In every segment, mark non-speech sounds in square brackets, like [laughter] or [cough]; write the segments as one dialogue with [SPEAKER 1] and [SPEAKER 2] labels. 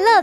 [SPEAKER 1] 乐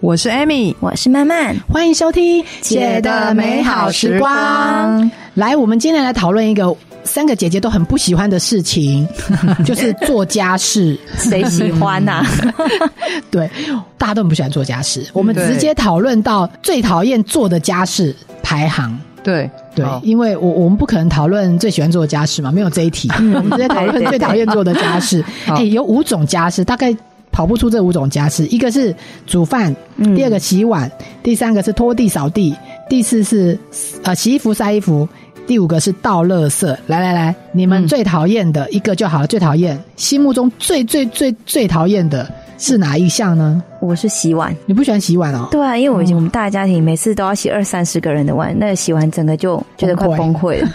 [SPEAKER 2] 我是 Amy，
[SPEAKER 3] 我是曼曼，
[SPEAKER 4] 欢迎收听《
[SPEAKER 3] 姐的美好时光》。
[SPEAKER 4] 来，我们今天来讨论一个三个姐姐都很不喜欢的事情，就是做家事。
[SPEAKER 3] 谁喜欢啊呐、
[SPEAKER 4] 对，大家都很不喜欢做家事。我们
[SPEAKER 2] 对
[SPEAKER 4] 直接讨论到最讨厌做的家事排行。
[SPEAKER 2] 对
[SPEAKER 4] 对
[SPEAKER 2] 好，
[SPEAKER 4] 因为我我们不可能讨论最喜欢做的家事嘛，没有这一
[SPEAKER 2] [laughs]
[SPEAKER 4] 题，我们直接讨论最讨厌做的家事。
[SPEAKER 2] 好
[SPEAKER 4] [laughs] 哎、有五种家事，大概跑不出这五种家事，一个是煮饭，
[SPEAKER 2] 嗯
[SPEAKER 4] 第二个洗碗，第三个是拖地扫地，第四是呃洗衣服晒衣服。第五个是倒垃圾，来来来，你们
[SPEAKER 2] 嗯
[SPEAKER 4] 最讨厌的一个就好了，最讨厌，心目中最最最最讨厌的是哪一项呢？
[SPEAKER 3] 我是洗碗。
[SPEAKER 4] 你不喜欢洗碗哦？
[SPEAKER 3] 对啊，因为我已经我们大家庭每次都要洗二三十个人的碗，那洗完整个就觉得快崩
[SPEAKER 4] 崩 [laughs]
[SPEAKER 3] 溃了。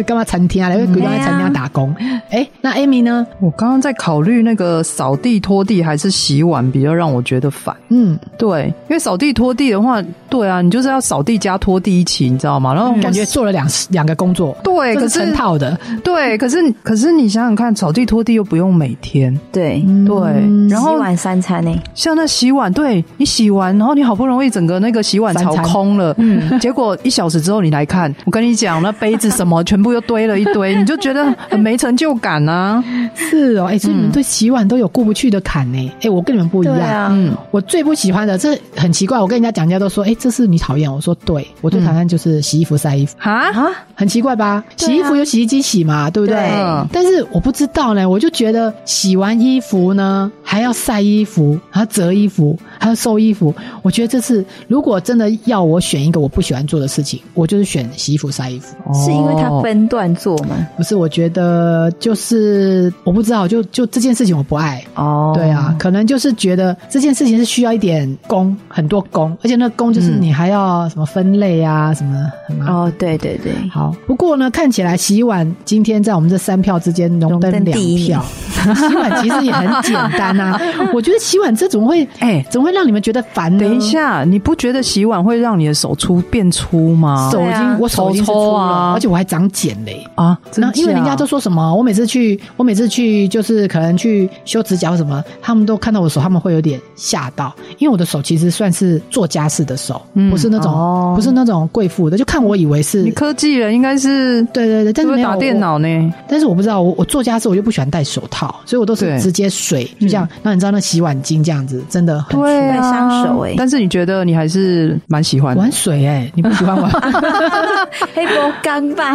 [SPEAKER 4] [laughs] 干嘛餐厅啊？因为鬼都在餐厅打工。
[SPEAKER 2] [laughs]
[SPEAKER 4] 哎、那 Amy 呢？
[SPEAKER 2] 我刚刚在考虑那个扫地、拖地还是洗碗比较让我觉得烦。
[SPEAKER 4] 嗯，
[SPEAKER 2] 对，因为扫地、拖地的话，对啊，你就是要扫地加拖地一起，你知道吗？然后
[SPEAKER 3] 嗯
[SPEAKER 4] 感觉做了两两个工作，
[SPEAKER 2] 对，
[SPEAKER 4] 这
[SPEAKER 2] 可
[SPEAKER 4] 是成
[SPEAKER 2] 是
[SPEAKER 4] 套的，
[SPEAKER 2] 对，可是可是你想想看，扫地、拖地又不用每天。
[SPEAKER 3] 嗯对，
[SPEAKER 4] 嗯
[SPEAKER 2] 对，然后
[SPEAKER 3] 洗碗三餐呢、
[SPEAKER 2] 像那洗碗，对你洗完，然后你好不容易整个那个洗碗槽
[SPEAKER 4] 三餐
[SPEAKER 2] 空了，嗯， [laughs] 结果一小时之后你来看，我跟你讲，那杯子什么全部又堆了一堆，你就觉得很没成就感啊。
[SPEAKER 4] 是哦，哎、所以你们对洗碗都有过不去的坎呢、哎、我跟你们不一样。
[SPEAKER 3] 嗯对啊，
[SPEAKER 2] 嗯，
[SPEAKER 4] 我最不喜欢的，这很奇怪。我跟人家讲，人家都说，哎、这是你讨厌。我说，对，我
[SPEAKER 3] 嗯
[SPEAKER 4] 最讨厌就是洗衣服、晒衣服，
[SPEAKER 2] 哈，
[SPEAKER 3] 啊，
[SPEAKER 4] 很奇怪吧？
[SPEAKER 3] 对啊
[SPEAKER 4] 洗衣服有洗衣机洗嘛，对不对？
[SPEAKER 3] 对
[SPEAKER 2] 嗯
[SPEAKER 4] 但是我不知道呢，我就觉得洗完衣服呢，还要晒衣服，还要折衣服，还要收衣服。我觉得这是，如果真的要我选一个我不喜欢做的事情，我就是选洗衣服、晒衣服。
[SPEAKER 3] 是因为它
[SPEAKER 2] 哦
[SPEAKER 3] 分段做吗？
[SPEAKER 4] 不是，我觉得就是我不知道，就就这件事情我不爱。
[SPEAKER 2] 哦
[SPEAKER 4] 对啊，，可能就是觉得这件事情是需要一点工，很多工，而且那工就是
[SPEAKER 2] 嗯
[SPEAKER 4] 你还要什么分类啊，什么很麻烦。
[SPEAKER 3] 哦，对对对，
[SPEAKER 4] 好，不过呢，看起来洗碗今天在我们这三票之间荣登
[SPEAKER 3] 荣登
[SPEAKER 4] 两
[SPEAKER 3] 第一名
[SPEAKER 4] 票。
[SPEAKER 2] [laughs]
[SPEAKER 4] 洗碗其实也很简单啊，我觉得洗碗这怎么会，
[SPEAKER 2] 哎、
[SPEAKER 4] 怎么会让你们觉得烦呢？
[SPEAKER 2] 等一，下，你不觉得洗碗会让你的手粗变粗吗？
[SPEAKER 4] 手已
[SPEAKER 3] 对啊
[SPEAKER 4] 经我手已经是粗
[SPEAKER 2] 手抽
[SPEAKER 4] 了
[SPEAKER 2] 啊，
[SPEAKER 4] 而且我还长茧嘞。
[SPEAKER 2] 啊，真
[SPEAKER 4] 然后因为
[SPEAKER 2] 假
[SPEAKER 4] 人家都说什么，我每次去，我每次去就是可能去修指甲或什么，他们都看到我的手，他们会有点吓到，因为我的手其实算是做家事的手，
[SPEAKER 2] 嗯
[SPEAKER 4] 不是那种、
[SPEAKER 2] 哦
[SPEAKER 4] 不是那种贵妇的，就看我以为是
[SPEAKER 2] 你。科技人应该是
[SPEAKER 4] 对对对，但是
[SPEAKER 2] 会
[SPEAKER 4] 没有
[SPEAKER 2] 打电，
[SPEAKER 4] 我
[SPEAKER 2] 脑呢，
[SPEAKER 4] 但是我不知道，我我做家事我就不喜欢戴手套，所以我都是
[SPEAKER 2] 对嗯
[SPEAKER 4] 直接水就这样。那、你知道那洗碗巾这样子真的很
[SPEAKER 2] 对啊，
[SPEAKER 3] 会伤手欸
[SPEAKER 2] 但是你觉得你还是蛮喜欢的
[SPEAKER 4] 玩，水哎、你不喜
[SPEAKER 2] [laughs]
[SPEAKER 4] 欢玩？
[SPEAKER 3] 黑波钢
[SPEAKER 4] [laughs]
[SPEAKER 3] 吧，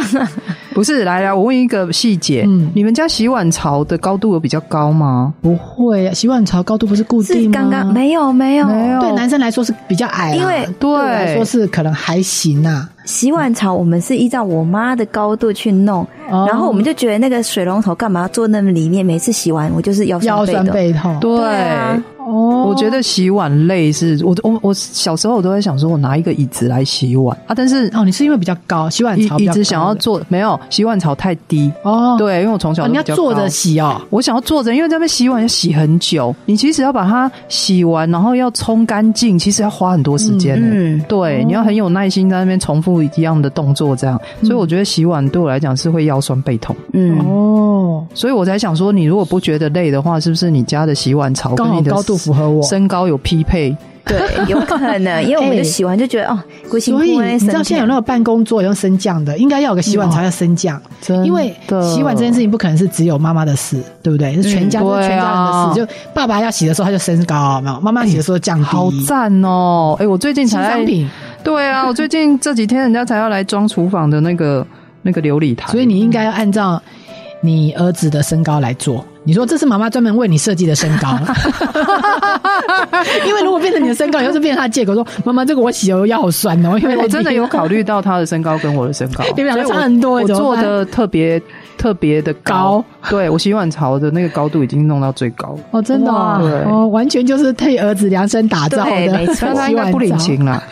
[SPEAKER 2] 不是？来来，我问一个细节，
[SPEAKER 4] 嗯
[SPEAKER 2] 你们家洗碗槽的高度有比较高吗？
[SPEAKER 4] 不会啊，洗碗槽高度不是固
[SPEAKER 3] 是
[SPEAKER 4] 定吗？
[SPEAKER 3] 刚刚没有没有，
[SPEAKER 2] 没有
[SPEAKER 4] 对男生来说是比较矮啦，
[SPEAKER 3] 因为
[SPEAKER 4] 对我来说是可能还行啊。
[SPEAKER 3] 洗碗槽我们是依照我妈的高度去弄，
[SPEAKER 4] 哦
[SPEAKER 3] 然后我们就觉得那个水龙头干嘛要坐那么里面？每次洗完我就是腰酸
[SPEAKER 4] 腰
[SPEAKER 3] 背
[SPEAKER 4] 酸
[SPEAKER 3] 的。
[SPEAKER 4] 背痛。
[SPEAKER 2] 对。
[SPEAKER 3] 对啊
[SPEAKER 4] 哦
[SPEAKER 2] 我觉得洗碗类是我我我小时候我都在想说，我拿一个椅子来洗碗啊，但是
[SPEAKER 4] 哦，你是因为比较高，洗碗
[SPEAKER 2] 椅
[SPEAKER 4] 槽比
[SPEAKER 2] 椅
[SPEAKER 4] 较
[SPEAKER 2] 子
[SPEAKER 4] 高
[SPEAKER 2] 想要
[SPEAKER 4] 的
[SPEAKER 2] 坐没有，洗碗槽太低，
[SPEAKER 4] 哦，
[SPEAKER 2] 对，因为我从小
[SPEAKER 4] 哦，你
[SPEAKER 2] 都比
[SPEAKER 4] 要
[SPEAKER 2] 较
[SPEAKER 4] 坐
[SPEAKER 2] 高
[SPEAKER 4] 着洗哦。
[SPEAKER 2] 我想要坐着，因为在那边洗碗要洗很久，你其实要把它洗完，然后要冲干净，其实要花很多时间、欸。
[SPEAKER 3] 嗯，
[SPEAKER 4] 哦
[SPEAKER 2] 对，你要很有耐心在那边重复一样的动作，这样，所以
[SPEAKER 4] 嗯
[SPEAKER 2] 我觉得洗碗对我来讲是会腰酸背痛，
[SPEAKER 3] 嗯，
[SPEAKER 4] 哦，
[SPEAKER 2] 所以我才想说，你如果不觉得累的话，是不是你家的洗碗槽
[SPEAKER 4] 刚
[SPEAKER 2] 跟
[SPEAKER 4] 好
[SPEAKER 2] 你的
[SPEAKER 4] 高度符合我。
[SPEAKER 2] 身高有匹配？
[SPEAKER 3] 对，有
[SPEAKER 4] [laughs]
[SPEAKER 3] 可能，因为我们就洗完就觉得、哦，不行，
[SPEAKER 4] 哎所以
[SPEAKER 3] 不会
[SPEAKER 4] 你知道现在有那个办公桌用升降的，应该要有个洗碗槽要升降，
[SPEAKER 2] 嗯真
[SPEAKER 4] 因为洗碗这件事情不可能是只有妈妈的事，对不对？是全家、
[SPEAKER 2] 嗯
[SPEAKER 4] 是全家人的
[SPEAKER 2] 对
[SPEAKER 4] 事。就爸爸要洗的时候他就升高，没有妈妈洗的时候降低。
[SPEAKER 2] 好赞哦！哎、我最近
[SPEAKER 4] 新
[SPEAKER 2] 才
[SPEAKER 4] 商品，
[SPEAKER 2] 对啊，我最近这几天人家才要来装厨房的那个那个琉璃台，
[SPEAKER 4] 所以你应该要按照你儿子的身高来做。你说这是妈妈专门为你设计的身高，因为如果变成你的身高，以后就变成他的借口说妈妈这个我洗油腰好酸哦，因为
[SPEAKER 2] 哎我真的有考虑到他的身高跟我的身高，
[SPEAKER 4] [laughs] 你们两个
[SPEAKER 2] 所以
[SPEAKER 4] 差很多
[SPEAKER 2] 我我
[SPEAKER 4] 怎么
[SPEAKER 2] 做
[SPEAKER 4] 办
[SPEAKER 2] 的特别特别的高，对我洗碗槽的那个高度已经弄到最高了，
[SPEAKER 4] 哦真的
[SPEAKER 2] 哇对
[SPEAKER 4] 哦哦，完全就是替儿子量身打造
[SPEAKER 3] 对
[SPEAKER 4] [laughs]
[SPEAKER 3] 没
[SPEAKER 4] 的
[SPEAKER 3] 错
[SPEAKER 4] 洗碗
[SPEAKER 2] 但是
[SPEAKER 4] 澡，
[SPEAKER 2] 他应该不领情啦。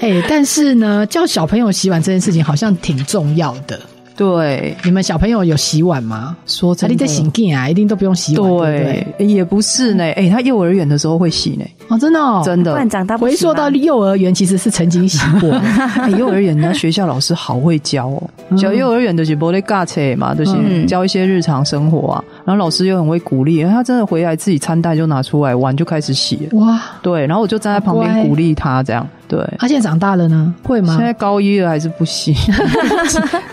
[SPEAKER 4] 哎，但是呢，叫小朋友洗碗这件事情好像挺重要的。
[SPEAKER 2] 对，
[SPEAKER 4] 你们小朋友有洗碗吗？
[SPEAKER 2] 说
[SPEAKER 4] 啊
[SPEAKER 2] 真的，
[SPEAKER 4] 你在洗净啊，一定都不用洗碗，对不对？
[SPEAKER 2] 对，也不是呢。哎，他幼儿园的时候会洗呢，
[SPEAKER 4] 哦，真的嗯哦，
[SPEAKER 2] 真
[SPEAKER 3] 不
[SPEAKER 2] 的。
[SPEAKER 3] 然长大不
[SPEAKER 4] 回
[SPEAKER 3] 行啊
[SPEAKER 4] 溯
[SPEAKER 3] 吗
[SPEAKER 4] 到幼儿园，其实是曾经洗
[SPEAKER 2] [laughs]
[SPEAKER 4] 过。
[SPEAKER 2] 哎幼儿园人家学校老师好会教哦，
[SPEAKER 4] 嗯
[SPEAKER 2] 小幼儿园就是不会尬扯嘛，就是
[SPEAKER 3] 嗯
[SPEAKER 2] 教一些日常生活啊。然后老师又很会鼓励，他真的回来自己餐袋就拿出来，碗就开始洗了。
[SPEAKER 4] 哇，
[SPEAKER 2] 对，然后我就站在旁
[SPEAKER 4] 好乖
[SPEAKER 2] 边鼓励他这样。对，
[SPEAKER 4] 他现在长大了呢，会吗
[SPEAKER 2] 现？在高一了还是
[SPEAKER 4] [laughs]
[SPEAKER 2] 不洗，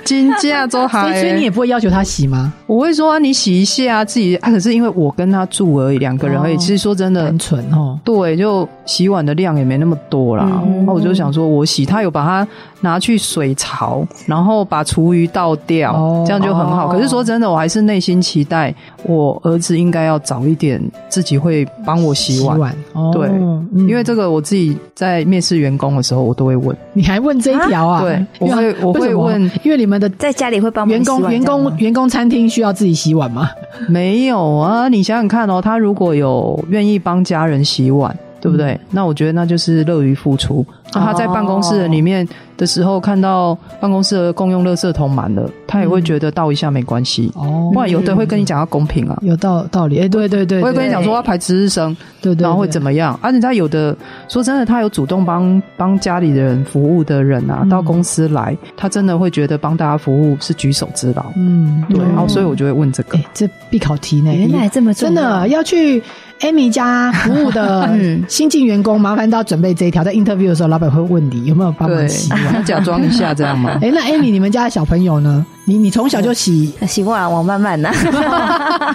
[SPEAKER 2] 金价都
[SPEAKER 4] 所以，
[SPEAKER 2] 还。
[SPEAKER 4] 所以你也不会要求他洗吗？
[SPEAKER 2] 我会说啊，你洗一下啊自己啊。可是因为我跟他住而已，两个人而已。
[SPEAKER 4] 哦
[SPEAKER 2] 其实说真的
[SPEAKER 4] 单，纯哦，
[SPEAKER 2] 对，就洗碗的量也没那么多啦。
[SPEAKER 3] 嗯
[SPEAKER 2] 然后我就想说，我洗，他有把它拿去水槽，然后把厨余倒掉，
[SPEAKER 4] 哦
[SPEAKER 2] 这样就很好。
[SPEAKER 3] 哦
[SPEAKER 2] 可是说真的，我还是内心期待我儿子应该要早一点自己会帮我洗碗，
[SPEAKER 4] 哦，
[SPEAKER 2] 对
[SPEAKER 4] 嗯
[SPEAKER 2] 因为这个我自己在面试员工的时候，我都会问。
[SPEAKER 4] 你还问这一条啊？
[SPEAKER 2] 对我
[SPEAKER 4] 因为
[SPEAKER 2] 会我会
[SPEAKER 4] 为什么
[SPEAKER 2] 问，
[SPEAKER 4] 因为你们的
[SPEAKER 3] 在家里会帮忙
[SPEAKER 4] 员工
[SPEAKER 3] 洗碗
[SPEAKER 4] 员
[SPEAKER 3] 这样
[SPEAKER 4] 工
[SPEAKER 3] 吗
[SPEAKER 4] 员工餐厅需要自己洗碗吗？
[SPEAKER 2] [laughs] 没有啊，你想想看哦，他如果有愿意帮家人洗碗，对不
[SPEAKER 4] 嗯
[SPEAKER 2] 对？那我觉得那就是乐于付出。那他在办公室里面的时候，看到办公室的公用垃圾桶满了，他也会觉得倒一下没关系。
[SPEAKER 4] 哦
[SPEAKER 2] 不然有的会跟你讲要公平啊，
[SPEAKER 4] 有道道理，哎，对对对，
[SPEAKER 2] 我会跟你讲说要排值日生，
[SPEAKER 4] 对，对对，
[SPEAKER 2] 然后会怎
[SPEAKER 4] 么？
[SPEAKER 2] 么样？而且他有的说真的，他有主动帮帮家里的人服务的人
[SPEAKER 4] 嗯
[SPEAKER 2] 啊，到公司来，他真的会觉得帮大家服务是举手之劳。
[SPEAKER 4] 嗯，
[SPEAKER 2] 对，然后所以我就会问这个
[SPEAKER 4] 哎，，这必考题呢，
[SPEAKER 3] 原来这么
[SPEAKER 4] 真
[SPEAKER 3] 重要
[SPEAKER 4] 的要去 Amy 家服务
[SPEAKER 2] [laughs]
[SPEAKER 4] 的
[SPEAKER 3] 嗯
[SPEAKER 4] 新进员工，麻烦都要准备这一条，在 interview 的时候，老板会问你有没有帮忙
[SPEAKER 2] 对
[SPEAKER 4] 洗，碗。
[SPEAKER 2] 要假装一下这样吗？
[SPEAKER 4] [laughs]
[SPEAKER 2] [laughs]
[SPEAKER 4] 哎、那 Amy，你们家的小朋友呢？你你从小就
[SPEAKER 3] [laughs]
[SPEAKER 4] 洗，
[SPEAKER 3] 洗碗我慢慢啊
[SPEAKER 4] [laughs]
[SPEAKER 3] 拿，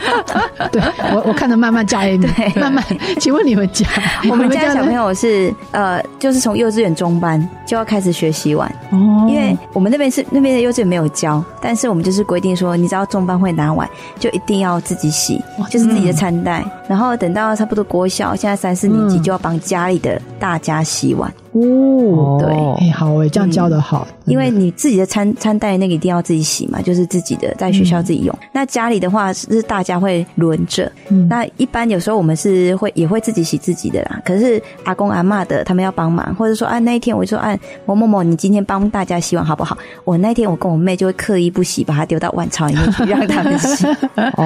[SPEAKER 4] 对我我看着慢慢叫 Amy，
[SPEAKER 3] [laughs] 对
[SPEAKER 4] 慢慢，请问你们家，
[SPEAKER 3] [laughs] 我们家的小朋
[SPEAKER 4] 友
[SPEAKER 3] 友是呃，就是从幼稚园中班就要开始学洗碗，
[SPEAKER 4] 哦
[SPEAKER 3] 因为我们那边是那边的幼稚园没有教，但是我们就是规定说，你只要中班会拿碗，就一定要自己洗，就是自己的餐袋。然后等到差不多国小，现在三四年级
[SPEAKER 4] 嗯
[SPEAKER 3] 就要帮家里的大家洗碗，
[SPEAKER 4] 哦，
[SPEAKER 3] 对
[SPEAKER 4] 哎、好哎、这样教的好，
[SPEAKER 3] 嗯因为你自己的餐餐袋那个一定要自己洗嘛，就是自己的在学校自己用。那家里的话是大家会轮着，
[SPEAKER 4] 嗯
[SPEAKER 3] 那一般有时候我们是会也会自己洗自己的啦，可是阿公阿嬷的他们要帮忙，或者说啊那一天我就说啊某某某你今天帮大家洗碗好不好？我那一天我跟我妹就会刻意不洗，把它丢到碗槽里面去让他们
[SPEAKER 2] [laughs]
[SPEAKER 3] 洗。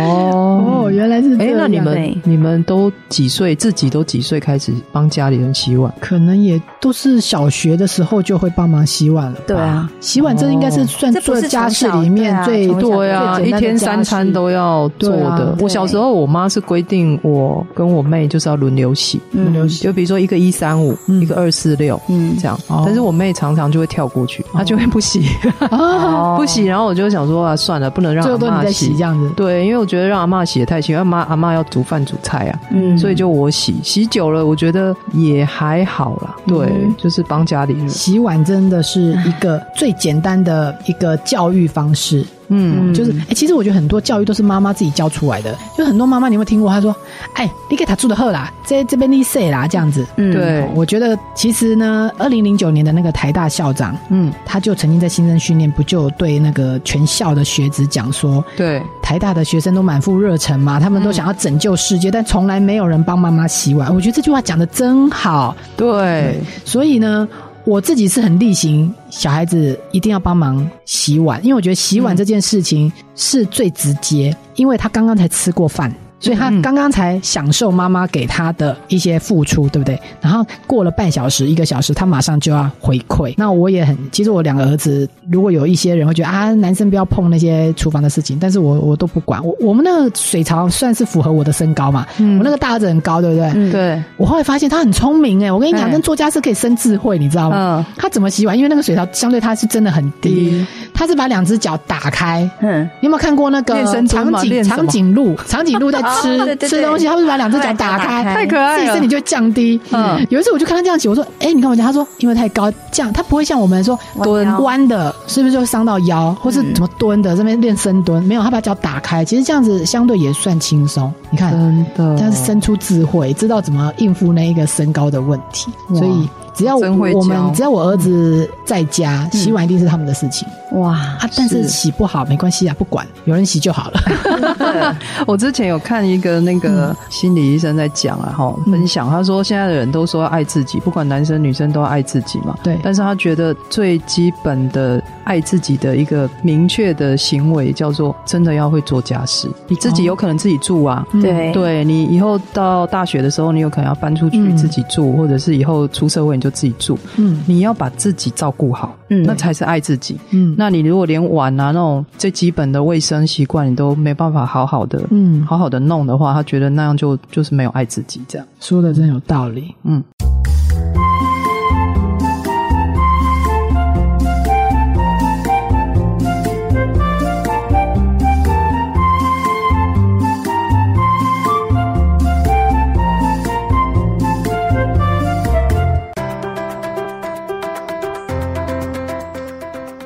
[SPEAKER 2] 哦
[SPEAKER 4] 哦，。原来是这
[SPEAKER 2] 哎、
[SPEAKER 4] 样，
[SPEAKER 2] 那你们
[SPEAKER 3] 对
[SPEAKER 2] 你们都几岁？自己都几岁开始帮家里人洗碗？
[SPEAKER 4] 可能也都是小学的时候就会帮忙洗碗了吧，
[SPEAKER 3] 对啊，
[SPEAKER 4] 洗碗这应该是算
[SPEAKER 3] 这不
[SPEAKER 4] 做
[SPEAKER 3] 是
[SPEAKER 4] 家
[SPEAKER 3] 从
[SPEAKER 4] 事
[SPEAKER 3] 小
[SPEAKER 4] 里面最
[SPEAKER 3] 对啊从小
[SPEAKER 2] 哦对啊，
[SPEAKER 4] 最
[SPEAKER 2] 一
[SPEAKER 4] 简单的
[SPEAKER 2] 天三
[SPEAKER 4] 家
[SPEAKER 2] 餐
[SPEAKER 4] 事
[SPEAKER 2] 都要做
[SPEAKER 4] 对
[SPEAKER 2] 的
[SPEAKER 4] 啊。
[SPEAKER 2] 我小时候，我妈是规定我跟我妹就是要轮流洗，
[SPEAKER 4] [laughs]
[SPEAKER 3] 嗯
[SPEAKER 2] 就比如说一个一三五，
[SPEAKER 4] 嗯
[SPEAKER 2] 一个二四六
[SPEAKER 3] 嗯
[SPEAKER 2] 这样。
[SPEAKER 4] 哦
[SPEAKER 2] 但是我妹常常就会跳过去，她就会不洗，
[SPEAKER 4] 啊，
[SPEAKER 3] 哦
[SPEAKER 2] [laughs] 不洗。然后我就想说啊，算了，不能让
[SPEAKER 4] 最
[SPEAKER 2] 阿
[SPEAKER 4] 后都你
[SPEAKER 2] 妈
[SPEAKER 4] 在洗这样子，
[SPEAKER 2] 对，因为我觉得让阿妈洗也太辛苦，阿妈阿妈要煮饭煮菜啊。
[SPEAKER 3] 嗯
[SPEAKER 2] 所以就我洗洗久了，我觉得也还好啦。
[SPEAKER 4] 嗯
[SPEAKER 2] 对，就是帮家里人。
[SPEAKER 4] 洗碗真的是一个最简单的一个教育方式，
[SPEAKER 2] 嗯，
[SPEAKER 4] 就是、欸、其实我觉得很多教育都是妈妈自己教出来的，就很多妈妈你有没有听过她说，哎、你给他住的喝啦，这这边你睡啦这样子。
[SPEAKER 3] 嗯
[SPEAKER 2] 对，
[SPEAKER 4] 我觉得其实呢，二零零九年的那个台大校长，
[SPEAKER 2] 嗯，
[SPEAKER 4] 他就曾经在新生训练不就对那个全校的学子讲说，
[SPEAKER 2] 对，
[SPEAKER 4] 台大的学生都满腹热忱嘛，他
[SPEAKER 2] 嗯
[SPEAKER 4] 们都想要拯救世界，但从来没有人帮妈妈洗碗。我觉得这句话讲的真好，
[SPEAKER 2] 对，
[SPEAKER 4] 所以呢，我自己是很力行，小孩子一定要帮忙洗碗，因为我觉得洗碗这件事情是最直接，因为他刚刚才吃过饭。所以他刚刚才享受妈妈给他的一些付出，对不对？然后过了半小时、一个小时，他马上就要回馈。那我也很，其实我两个儿子，如果有一些人会觉得啊，男生不要碰那些厨房的事情，但是我我都不管。我我们那个水槽算是符合我的身高嘛，我那个大儿子很高，对不对？
[SPEAKER 3] 嗯
[SPEAKER 2] 对，
[SPEAKER 4] 我后来发现他很聪明哎，我跟你讲，
[SPEAKER 2] 哎
[SPEAKER 4] 跟作家是可以生智慧，你知道吗？
[SPEAKER 2] 嗯
[SPEAKER 4] 他怎么洗碗？因为那个水槽相对它是真的很低
[SPEAKER 2] 低，
[SPEAKER 4] 他是把两只脚打开。
[SPEAKER 3] 嗯
[SPEAKER 4] 你有没有看过那个
[SPEAKER 2] 练深蹲
[SPEAKER 4] 长
[SPEAKER 2] 嘛
[SPEAKER 4] 颈
[SPEAKER 2] 练什么 [laughs]
[SPEAKER 4] 长颈鹿？长颈鹿在吃、
[SPEAKER 3] 哦对对
[SPEAKER 4] 吃
[SPEAKER 3] 对
[SPEAKER 4] 东西，他不是把两只脚
[SPEAKER 2] 哎
[SPEAKER 4] 打
[SPEAKER 3] 把
[SPEAKER 4] 开
[SPEAKER 3] 两只脚打，开
[SPEAKER 2] 太可爱
[SPEAKER 4] 自己身体
[SPEAKER 2] 了。
[SPEAKER 4] 就降低。
[SPEAKER 2] 哎嗯
[SPEAKER 4] 有一次我就看他这样骑，我说：“哎、你看我讲，他说因为太高，这样他不会像我们说
[SPEAKER 2] 哦啊
[SPEAKER 3] 弯腰
[SPEAKER 4] 蹲弯的，是不是就会伤到腰，或是怎么蹲的这边练深蹲？没有，他把脚打开，其实这样子相对也算轻松。你看，
[SPEAKER 2] 真的，
[SPEAKER 4] 他是生出智慧，知道怎么应付那一个身高的问题。
[SPEAKER 2] 哇
[SPEAKER 4] 所以只要我
[SPEAKER 2] 真会教
[SPEAKER 4] 我们只要我儿子在家，洗碗一定是他们的事情
[SPEAKER 3] 哇，
[SPEAKER 4] 啊。但是
[SPEAKER 2] 是
[SPEAKER 4] 洗不好没关系啊，不管有人洗就好了。
[SPEAKER 2] 我之前有看一个那
[SPEAKER 4] 嗯
[SPEAKER 2] 个心理医生在讲啊，哈、分享，他说现在的人都说要爱自己，不管男生女生都要爱自己嘛。
[SPEAKER 4] 对
[SPEAKER 2] 但是他觉得最基本的爱自己的一个明确的行为叫做真的要会做家事，你自己有可能自己住啊。
[SPEAKER 4] 哦嗯
[SPEAKER 3] 对
[SPEAKER 2] 对你以后到大学的时候，你有可能要搬出去
[SPEAKER 4] 嗯
[SPEAKER 2] 自己住，或者是以后出社会你就自己住。
[SPEAKER 4] 嗯
[SPEAKER 2] 你要把自己照顾好，
[SPEAKER 3] 嗯
[SPEAKER 2] 那才是爱自己。
[SPEAKER 4] 嗯
[SPEAKER 2] 那你如果连碗啊那种最基本的卫生习惯你都没办法好好的，
[SPEAKER 4] 嗯，
[SPEAKER 2] 好好的弄的话，他觉得那样就就是没有爱自己这样。
[SPEAKER 4] 说的真有道理。
[SPEAKER 2] 嗯，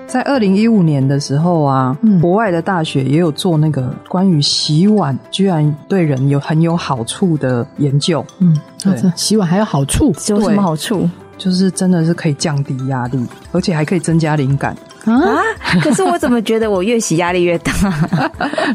[SPEAKER 2] 在二零一五年的时候啊，
[SPEAKER 4] 嗯
[SPEAKER 2] 国外的大学也有做那个关于洗碗居然对人有很有好处的研究，
[SPEAKER 4] 嗯，
[SPEAKER 2] 对
[SPEAKER 4] 啊这洗碗还有好处
[SPEAKER 3] 有什
[SPEAKER 2] 对
[SPEAKER 3] 么好处
[SPEAKER 2] 就是真的是可以降低压力，而且还可以增加灵感。
[SPEAKER 4] 啊。
[SPEAKER 3] 啊？可是我怎么觉得我越洗压
[SPEAKER 2] [laughs]
[SPEAKER 3] 力越大？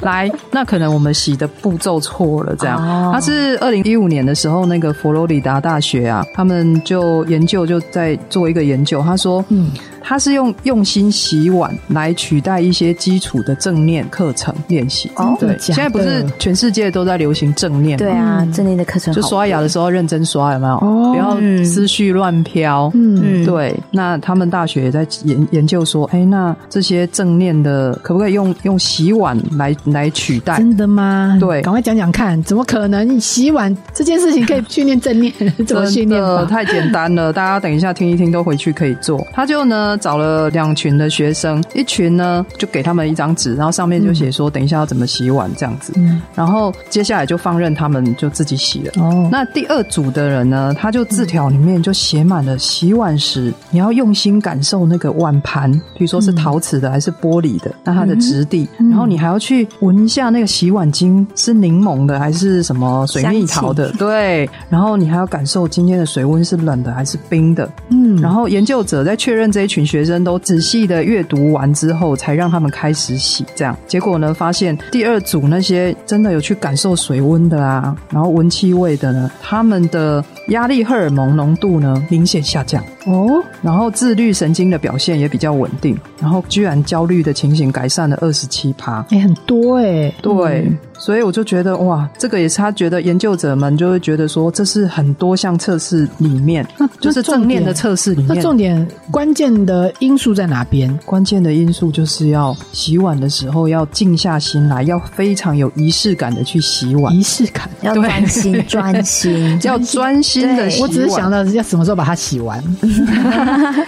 [SPEAKER 2] 来，那可能我们洗的步骤错了，这样。
[SPEAKER 3] 哦
[SPEAKER 2] 它是二零一五年的时候，那个佛罗里达大学啊，他们就研究就在做一个研究，他说，嗯，他是用用心洗碗来取代一些基础的正念课程练习。
[SPEAKER 3] 哦
[SPEAKER 4] 真
[SPEAKER 2] 对，
[SPEAKER 4] 的假的
[SPEAKER 2] 现在不是全世界都在流行正念吗
[SPEAKER 3] 对啊，正念的课程
[SPEAKER 2] 就
[SPEAKER 3] 好
[SPEAKER 2] 刷牙的时候要认真刷，有没有？
[SPEAKER 4] 哦
[SPEAKER 2] 不要
[SPEAKER 3] 嗯
[SPEAKER 2] 思绪乱飘。
[SPEAKER 4] 嗯
[SPEAKER 3] 嗯
[SPEAKER 2] 对，那他们大学也在研研究说，哎，那这些正念的可不可以用用洗碗来来取代？
[SPEAKER 4] 真的吗？
[SPEAKER 2] 对
[SPEAKER 4] 赶快讲讲看，怎么可能洗碗这件事情可以训练正念？ [laughs] 怎么训练
[SPEAKER 2] 真的
[SPEAKER 4] 法？
[SPEAKER 2] 太简单
[SPEAKER 4] [laughs]
[SPEAKER 2] 了，大家等一下听一听，都回去可以做。他就呢找了两群的学生，一群呢就给他们一张纸，然后上面就写说等一下要怎么洗碗这样子，
[SPEAKER 4] 嗯
[SPEAKER 2] 然后接下来就放任他们就自己洗了。
[SPEAKER 4] 哦，
[SPEAKER 2] 那第二组的人呢，他就字条里面就写满了洗碗时你要用心感受那个碗盘，比如说是陶瓷的还是玻璃的，那它的质地，然后你还要去闻一下那个洗碗巾是柠檬的还是什么水蜜桃的，对，然后你还要感受今天的水温是冷的还是冰的，
[SPEAKER 4] 嗯，
[SPEAKER 2] 然后研究者在确认这一群学生都仔细的阅读完之后，才让他们开始洗。这样，结果呢，发现第二组那些真的有去感受水温的啊，然后闻气味的呢，他们的压力荷尔蒙浓度呢明显下降哦，然后自律神经的表现也比较稳定，然后居然焦虑的情形改善了二十七趴。
[SPEAKER 4] 哎、很多哎、
[SPEAKER 2] 对，所以我就觉得哇，这个也是他觉得研究者们就会觉得说，这是很多项测试里面，
[SPEAKER 4] 那
[SPEAKER 2] 就是正念的
[SPEAKER 4] 测。
[SPEAKER 2] 测试里面
[SPEAKER 4] 那，重点关键的因素在哪边？
[SPEAKER 2] 关键的因素就是要洗碗的时候要静下心来，要非常有仪式感的去洗碗，
[SPEAKER 4] 仪式感。
[SPEAKER 3] 要
[SPEAKER 2] 对
[SPEAKER 3] 专心专
[SPEAKER 2] [laughs]
[SPEAKER 3] 心，
[SPEAKER 2] 要专心的洗
[SPEAKER 3] 对
[SPEAKER 4] 我
[SPEAKER 2] 碗。
[SPEAKER 4] 只是想到要什么时候把它洗完。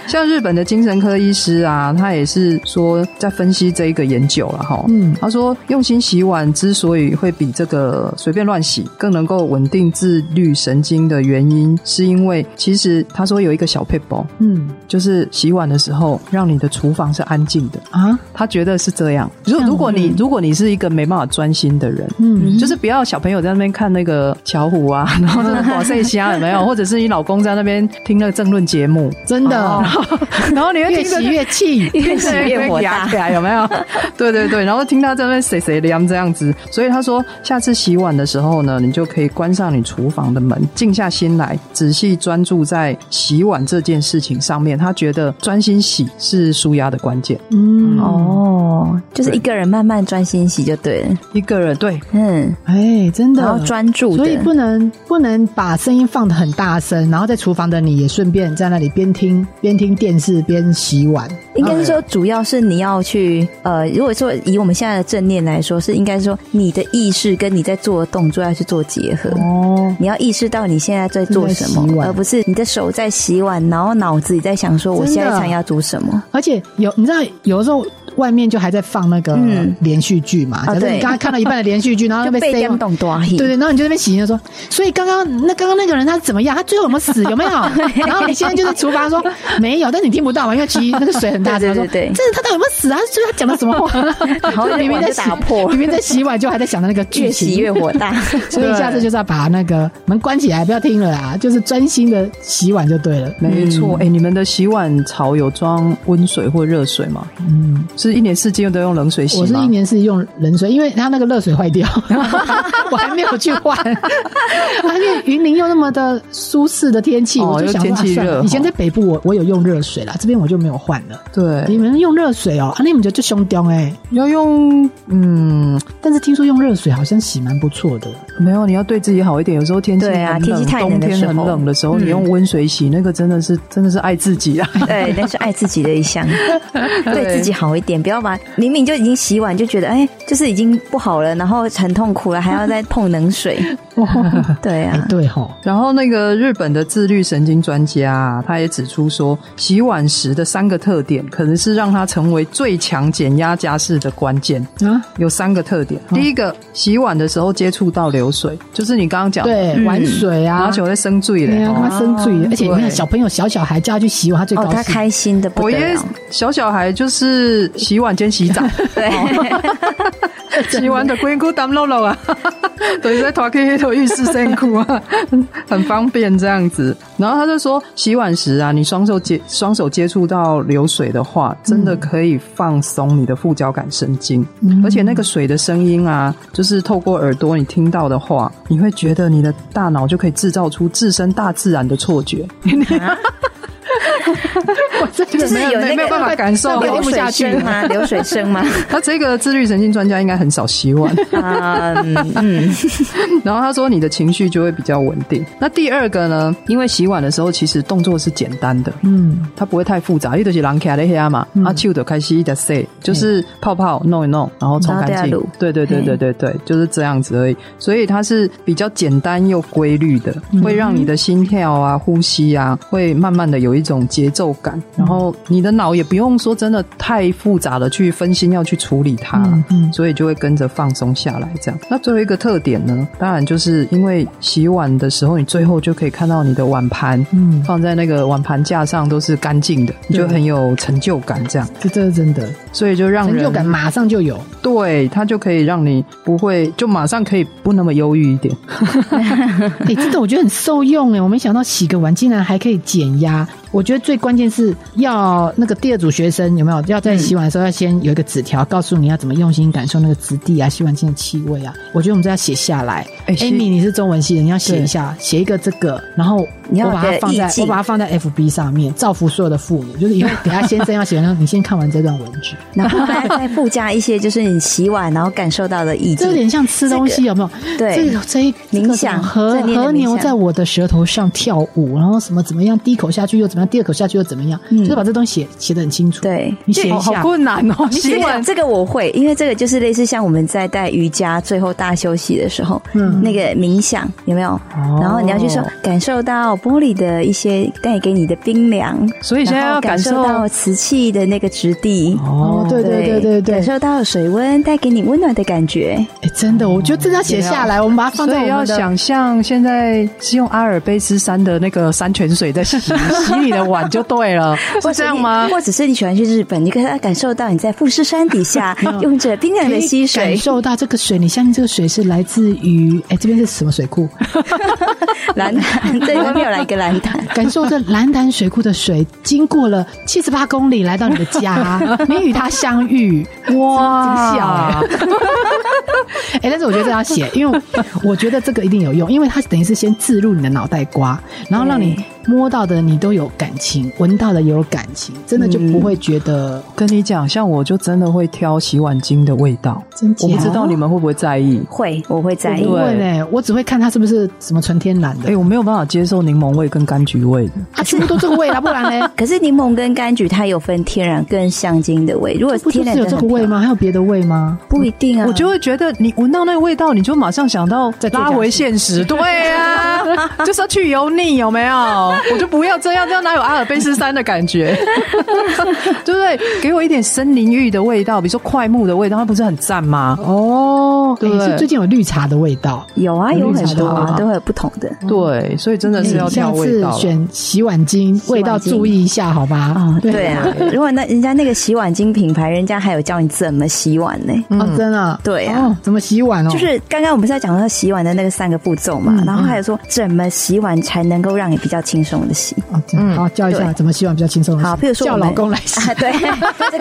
[SPEAKER 2] 像日本的精神科医师啊，他也是说在分析这一个研究了哈。
[SPEAKER 4] 嗯
[SPEAKER 2] 他说用心洗碗之所以会比这个随便乱洗更能够稳定自律神经的原因，是因为其实他说有一个小 p e p
[SPEAKER 4] 嗯
[SPEAKER 2] 就是洗碗的时候让你的厨房是安静的。
[SPEAKER 4] 啊，
[SPEAKER 2] 他觉得是这样。如如果你如果你是一个没办法专心的人，
[SPEAKER 4] 嗯
[SPEAKER 2] 就是不要小朋友在那边看那个巧虎
[SPEAKER 3] [laughs]
[SPEAKER 2] 啊，然后那个宝塞虾有没有，或者是你老公在那边听那个政论节目，
[SPEAKER 4] 真的、 [laughs]
[SPEAKER 2] 然后你会
[SPEAKER 4] 越
[SPEAKER 2] 听着
[SPEAKER 4] 洗越气。
[SPEAKER 3] 越洗越火
[SPEAKER 2] 牙
[SPEAKER 3] 大。
[SPEAKER 2] 起来有没有？ [laughs] 对对对，然后听到这边谁谁凉这样子，所以他说下次洗碗的时候呢，你就可以关上你厨房的门，静下心来，仔细专注在洗碗这件事情上面。他觉得专心洗是舒压的关键。
[SPEAKER 4] 嗯
[SPEAKER 3] 哦，就是一个人慢慢专心洗就对了，
[SPEAKER 2] 一个人对
[SPEAKER 3] 嗯，
[SPEAKER 4] 哎、真
[SPEAKER 3] 然后
[SPEAKER 4] 的。
[SPEAKER 3] 专注
[SPEAKER 4] 所以
[SPEAKER 3] 的，
[SPEAKER 4] 不能不能把声音放得很大声，然后在厨房的你也顺便在那里边听边听电视边洗碗。
[SPEAKER 3] 应该是说主要是你要去呃，如果说以我们现在的正念来说，是应该说你的意识跟你在做的动作要去做结合。
[SPEAKER 4] 哦，
[SPEAKER 3] 你要意识到你现在在做什
[SPEAKER 4] 正在洗
[SPEAKER 3] 么，
[SPEAKER 4] 碗
[SPEAKER 3] 而不是你的手在洗碗，然后脑子里在想说我
[SPEAKER 4] 真的
[SPEAKER 3] 下一餐要煮什么。
[SPEAKER 4] 而且有你知道，有的时候外面就还在放那个
[SPEAKER 3] 嗯
[SPEAKER 4] 连续剧嘛，
[SPEAKER 3] 啊
[SPEAKER 4] 假设你
[SPEAKER 3] 对
[SPEAKER 4] 刚刚看到一半的连续剧，
[SPEAKER 3] [laughs]
[SPEAKER 4] 然后
[SPEAKER 3] 就
[SPEAKER 4] 被
[SPEAKER 3] 被
[SPEAKER 4] 塞
[SPEAKER 3] 电
[SPEAKER 4] 满
[SPEAKER 3] 动多
[SPEAKER 4] 对对，然后你就在那边洗，就说，所以刚刚那刚刚那个人他是怎么样？他最后有没有死？
[SPEAKER 3] [laughs]
[SPEAKER 4] 有没有？然后你现在就在厨房说没有，但你听不到嘛，因为其实那个水
[SPEAKER 3] [laughs]
[SPEAKER 4] 很大声，
[SPEAKER 3] 对对
[SPEAKER 4] 说
[SPEAKER 3] 对对
[SPEAKER 4] 这是他到底有没有死啊？所以他讲的什么话？
[SPEAKER 3] [laughs] 然后
[SPEAKER 4] 就明明在
[SPEAKER 3] 就
[SPEAKER 4] 洗 [laughs]
[SPEAKER 3] 打破
[SPEAKER 4] 明明在洗碗，就还在想着那个剧
[SPEAKER 3] 越洗
[SPEAKER 4] 情，
[SPEAKER 3] 越火 [laughs] 大。
[SPEAKER 4] 所以下次就是要把那个门关起来，不要听了啦，就是专心的洗碗就对了。
[SPEAKER 2] 没错，
[SPEAKER 3] 嗯
[SPEAKER 2] 哎、你们的洗碗槽有装温水或热水吗？
[SPEAKER 4] 嗯，
[SPEAKER 2] 是一年四季都用冷水洗吗？
[SPEAKER 4] 我是一年是用冷水，因为它那个热水坏
[SPEAKER 2] [laughs]
[SPEAKER 4] 掉，我还没有去换。而且云林又那么的舒适的天气，
[SPEAKER 2] 哦
[SPEAKER 4] 我就想
[SPEAKER 2] 又
[SPEAKER 4] 说，
[SPEAKER 2] 天气
[SPEAKER 4] 啊算了
[SPEAKER 2] 热哦
[SPEAKER 4] 以前在北部我我有用热水啦，这边我就没有换了。
[SPEAKER 2] 对
[SPEAKER 4] 你们用热水哦，啊，那你们就就凶掉哎。
[SPEAKER 2] 要用嗯，
[SPEAKER 4] 但是听说用热水好像洗蛮不错的，
[SPEAKER 2] 没有，你要对自己好一点。有时候天气
[SPEAKER 3] 对啊
[SPEAKER 2] 很冷
[SPEAKER 3] 天气太冷
[SPEAKER 2] 冬
[SPEAKER 3] 的时
[SPEAKER 2] 天
[SPEAKER 3] 候
[SPEAKER 2] 很冷的时候，
[SPEAKER 3] 嗯
[SPEAKER 2] 你用温水洗，那个真的是真的是爱自
[SPEAKER 3] [laughs]
[SPEAKER 2] 己啊。
[SPEAKER 4] [laughs]
[SPEAKER 3] 对，那是爱自己的一项，对自己好一点，不要把明明就已经洗碗就觉得哎，就是已经不好了，然后很痛苦了，还要再碰冷
[SPEAKER 4] [laughs]
[SPEAKER 3] 水。对
[SPEAKER 4] 哎
[SPEAKER 2] 嗯
[SPEAKER 3] 啊，，
[SPEAKER 4] 对吼，
[SPEAKER 2] 然后那个日本的自律神经专家啊，他也指出说，洗碗时的三个特点，可能是让它成为最强减压家事的关键。
[SPEAKER 4] 啊，
[SPEAKER 2] 有三个特点，
[SPEAKER 3] 嗯
[SPEAKER 2] 第一个，洗碗的时候接触到流水，就是你刚刚讲的，
[SPEAKER 4] 对，
[SPEAKER 3] 嗯
[SPEAKER 4] 玩水
[SPEAKER 2] 然
[SPEAKER 4] 啊
[SPEAKER 2] 后，就会生醉
[SPEAKER 4] 对
[SPEAKER 2] 嘞。
[SPEAKER 4] 啊，
[SPEAKER 2] 哦
[SPEAKER 4] 他妈生醉，而且你看
[SPEAKER 2] 对
[SPEAKER 4] 小朋友小小孩叫他去洗碗，他最高
[SPEAKER 3] 哦，
[SPEAKER 4] 兴。
[SPEAKER 3] 他开心的不
[SPEAKER 2] 我
[SPEAKER 3] 得
[SPEAKER 2] 爷爷
[SPEAKER 3] 了，
[SPEAKER 2] 小小孩就是洗碗兼洗澡，
[SPEAKER 3] 对，
[SPEAKER 4] [laughs]
[SPEAKER 2] 洗完的龟裤当露露啊， [laughs] 对，在拖去黑头浴室内裤啊， [laughs] 很方便这样子。然后他就说，洗碗时啊，你双手接双手接触到流水的
[SPEAKER 3] 嗯
[SPEAKER 2] 话，真的可以放松你的副交感神经，
[SPEAKER 3] 嗯
[SPEAKER 2] 而且那个水的声音啊，就是透过耳朵你听到的话，你会觉得你的大脑就可以制造出置身大自然的错觉，
[SPEAKER 3] 啊
[SPEAKER 2] [laughs]
[SPEAKER 4] 我真的
[SPEAKER 3] 就是
[SPEAKER 4] 没
[SPEAKER 3] 有
[SPEAKER 4] 没没
[SPEAKER 3] 那个
[SPEAKER 4] 有办法感受，
[SPEAKER 3] 流
[SPEAKER 4] 哦听不
[SPEAKER 3] 水
[SPEAKER 4] 下去
[SPEAKER 3] 声
[SPEAKER 4] 了。
[SPEAKER 3] 吗？流水
[SPEAKER 4] [laughs]
[SPEAKER 3] 声吗？
[SPEAKER 2] 他这个自律神经专家应该很少洗碗。
[SPEAKER 3] 啊嗯嗯，
[SPEAKER 2] 然后他说你的情绪就会比较稳定。那第二个呢，因为洗碗的时候其实动作是简单的，
[SPEAKER 4] 嗯，
[SPEAKER 2] 它不会太复杂，因为就是狼卡的黑嘛，啊，手就开始在塞，就是泡泡弄一弄，然后冲干
[SPEAKER 3] 然后
[SPEAKER 2] 净
[SPEAKER 3] 再卤。
[SPEAKER 2] 对对对对对对，就是这样子而已。所以它是比较简单又规律的，会让你的心跳啊、呼吸啊，会慢慢的有一种节奏感。然后你的脑也不用说真的太复杂的去分心要去处理它
[SPEAKER 4] 嗯嗯，
[SPEAKER 2] 所以就会跟着放松下来。这样。那最后一个特点呢，当然就是因为洗碗的时候，你最后就可以看到你的碗盘，
[SPEAKER 4] 嗯
[SPEAKER 2] 放在那个碗盘架上都是干净的，你就
[SPEAKER 4] 对
[SPEAKER 2] 很有成就感，这样，
[SPEAKER 4] 这这是真的，
[SPEAKER 2] 所以就让
[SPEAKER 4] 成
[SPEAKER 2] 人
[SPEAKER 4] 就感马上就有。
[SPEAKER 2] 对它就可以让你不会就马上可以不那么忧郁一点，
[SPEAKER 4] [laughs] 哎、真的我觉得很受用哎，我没想到洗个碗竟然还可以减压。我觉得最关键是要那个第二组学生有没有要
[SPEAKER 3] 嗯
[SPEAKER 4] 在洗碗的时候要先有一个纸条，告诉你要怎么用心感受那个质地啊、洗碗巾的气味啊。我觉得我们这要写下来。
[SPEAKER 2] 哎是
[SPEAKER 4] Amy，你是中文系的，你要写一下，写一个这个，然后
[SPEAKER 3] 你要
[SPEAKER 4] 我把它
[SPEAKER 3] 有
[SPEAKER 4] 放在
[SPEAKER 3] 意境
[SPEAKER 4] 我把它放在 FB 上面，造福所有的妇女。
[SPEAKER 3] [laughs]
[SPEAKER 4] 就是以后给他先生要写，然后你先看完这段文字。
[SPEAKER 3] 然后再再附加一些，就是你洗碗然后感受到的意
[SPEAKER 4] 这有
[SPEAKER 3] 境，
[SPEAKER 4] 点像吃东西，有没有？
[SPEAKER 3] 对
[SPEAKER 4] 这个这一
[SPEAKER 3] 冥
[SPEAKER 4] 这个
[SPEAKER 3] 想
[SPEAKER 4] 和
[SPEAKER 3] 正念的
[SPEAKER 4] 和
[SPEAKER 3] 冥
[SPEAKER 4] 牛
[SPEAKER 3] 想
[SPEAKER 4] 在我的舌头上跳舞，然后什么怎么样，第一口下去又怎么样，第二口下去又怎么样，
[SPEAKER 3] 嗯
[SPEAKER 4] 就是把这东西写写的很清楚。，
[SPEAKER 3] 对。
[SPEAKER 4] 你写一
[SPEAKER 2] 好好
[SPEAKER 4] 下，
[SPEAKER 2] 困难哦，洗
[SPEAKER 3] 这个
[SPEAKER 2] 碗。
[SPEAKER 3] 这个我会，因为这个就是类似像我们在带瑜伽最后大休息的时候，
[SPEAKER 4] 嗯
[SPEAKER 3] 那个冥想有没有？然后你要去说
[SPEAKER 2] 哦
[SPEAKER 3] 感受到玻璃的一些带给你的冰凉，
[SPEAKER 2] 所以现在
[SPEAKER 3] 然后
[SPEAKER 2] 要感
[SPEAKER 3] 感
[SPEAKER 2] 受
[SPEAKER 3] 到瓷器的那个质地。
[SPEAKER 4] 哦，对对对对
[SPEAKER 3] 感
[SPEAKER 4] 对，
[SPEAKER 3] 受到水温带给你温暖的感觉，
[SPEAKER 4] 哎，真的，我觉得真的要写下来，我们把它放
[SPEAKER 2] 所
[SPEAKER 4] 在
[SPEAKER 2] 以
[SPEAKER 4] 我
[SPEAKER 2] 要
[SPEAKER 4] 们的。
[SPEAKER 2] 想象现在是用阿尔卑斯山的那个山泉水在洗洗你的碗就对了，是这样吗？
[SPEAKER 3] 或者是你喜欢去日本，你可以感受到你在富士山底下用着冰凉
[SPEAKER 4] 可
[SPEAKER 3] 的溪
[SPEAKER 4] 以哎感
[SPEAKER 3] 水，
[SPEAKER 4] 受到这个水，你相信这个水是来自于哎，这边是什么水库？
[SPEAKER 3] [laughs] 蓝潭，这里外面有来一个蓝
[SPEAKER 4] [laughs]
[SPEAKER 3] 潭，
[SPEAKER 4] 感受这蓝潭水库的水经过了七十八公里来到你的家，
[SPEAKER 3] [laughs]
[SPEAKER 4] 你与它相遇，哇！ [laughs] 哎、但是我觉得这要写，因为我觉得这个一定有用，因为它等于是先置入你的脑袋瓜，然后让你摸到的你都有感情，闻到的也有感情，真的就不会觉得、
[SPEAKER 2] 跟你讲，像我就真的会挑洗碗巾的味道，
[SPEAKER 3] 嗯
[SPEAKER 4] 真假
[SPEAKER 2] 我不知道你们会不会在意。
[SPEAKER 3] 会我会在意
[SPEAKER 4] 不。会呢、我只会看它是不是什么纯天然的
[SPEAKER 3] [laughs]
[SPEAKER 2] 哎、，我没有办法接受柠檬味跟柑橘味的。
[SPEAKER 3] 啊
[SPEAKER 4] 它全部都这个味啦，不然呢？
[SPEAKER 3] 可是柠檬跟柑橘它有分天然跟香精的味，如果
[SPEAKER 4] 不就
[SPEAKER 3] 天然
[SPEAKER 4] 是有
[SPEAKER 3] 的
[SPEAKER 4] 这
[SPEAKER 3] 很
[SPEAKER 4] 个味吗？还有别的味吗？
[SPEAKER 3] 不一定啊，
[SPEAKER 2] 我就会觉得你闻到那个味道，你就马上想到
[SPEAKER 4] 再做
[SPEAKER 2] 拉
[SPEAKER 4] 假
[SPEAKER 2] 回
[SPEAKER 4] 事
[SPEAKER 2] 现实。对啊， [laughs] 就是要去油腻，有没有？我就不要这样，这样哪有阿尔卑斯山的感觉？对不对？给我一点森林浴的味道，比如说快木的味道，它不是很赞吗？哎
[SPEAKER 4] 哦，
[SPEAKER 2] 对
[SPEAKER 4] 对，
[SPEAKER 2] 不对
[SPEAKER 4] 是最近有绿茶的味道，
[SPEAKER 3] 有啊，有很多
[SPEAKER 4] 绿茶的味道
[SPEAKER 3] 啊，都会有不同的
[SPEAKER 2] 对，所以真的是要
[SPEAKER 4] 你
[SPEAKER 2] 挑
[SPEAKER 4] 哎下
[SPEAKER 2] 味
[SPEAKER 4] 次
[SPEAKER 2] 道了。
[SPEAKER 4] 选洗碗巾
[SPEAKER 3] 碗巾
[SPEAKER 4] 味道注意一下，好吧
[SPEAKER 3] 啊。？对啊，
[SPEAKER 4] [laughs]
[SPEAKER 3] 如果那人家那个洗碗巾品牌，人家还有教你怎么洗碗呢。
[SPEAKER 4] 哦，真的，
[SPEAKER 3] 嗯对啊
[SPEAKER 4] 哦，怎么洗碗哦？
[SPEAKER 3] 就是刚刚我们是在讲到洗碗的那个三个步骤嘛，
[SPEAKER 4] 嗯
[SPEAKER 3] 然后还有说怎么洗碗才能够让你比较轻松的洗。
[SPEAKER 4] 哦，这样
[SPEAKER 2] 嗯
[SPEAKER 4] 好教一下
[SPEAKER 3] 对
[SPEAKER 4] 怎么洗碗比较轻松。
[SPEAKER 3] 好，譬如说
[SPEAKER 4] 叫
[SPEAKER 3] 我们
[SPEAKER 4] 老公
[SPEAKER 3] [laughs]
[SPEAKER 4] 来洗，
[SPEAKER 3] 啊，对，
[SPEAKER 4] [laughs]
[SPEAKER 3] 这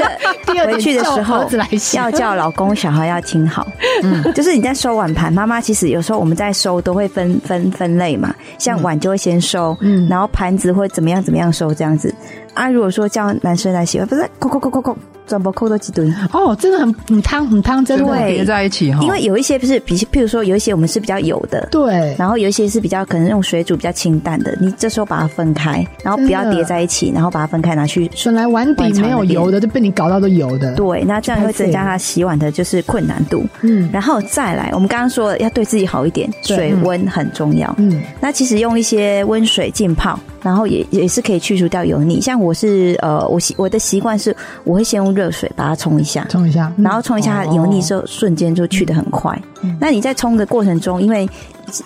[SPEAKER 4] 第
[SPEAKER 3] 个
[SPEAKER 4] 二点
[SPEAKER 3] 回去的时
[SPEAKER 4] 叫
[SPEAKER 3] 候
[SPEAKER 4] 儿子来洗
[SPEAKER 3] 要叫老公、小孩要听好。嗯，就是你在收碗盘，妈妈其实有时候我们在收都会分分分类嘛，像碗就会先收，
[SPEAKER 4] 嗯
[SPEAKER 3] 然后盘子会怎么样怎么样收这样子。啊，如果说叫男生来洗碗，不是扣扣扣扣扣，转拨扣到几吨。
[SPEAKER 4] 哦，真的很很汤很汤，真的
[SPEAKER 3] 对
[SPEAKER 2] 叠在一起哈，
[SPEAKER 3] 因为有一些不是，比譬如说有一些我们是比较油的，
[SPEAKER 4] 对，
[SPEAKER 3] 然后有一些是比较可能用水煮比较清淡的，你这时候把它分开，然后不要
[SPEAKER 4] 真的
[SPEAKER 3] 叠在一起，然后把它分开拿去。
[SPEAKER 4] 本来碗底没有油的，就被你搞到都油的。
[SPEAKER 3] 对，那这样会增加它洗碗的就是困难度。
[SPEAKER 4] 嗯
[SPEAKER 3] 然后再来，我们刚刚说了要对自己好一点，
[SPEAKER 4] 对
[SPEAKER 3] 水温很重要。
[SPEAKER 4] 嗯，
[SPEAKER 3] 那其实用一些温水浸泡，然后也也是可以去除掉油腻。像我是呃，我习我的习惯是，我会先用热水把它冲一下，
[SPEAKER 4] 冲一下，嗯哦
[SPEAKER 3] 然后冲一下它的油腻之后，瞬间就去的很快。那你在冲的过程中，因为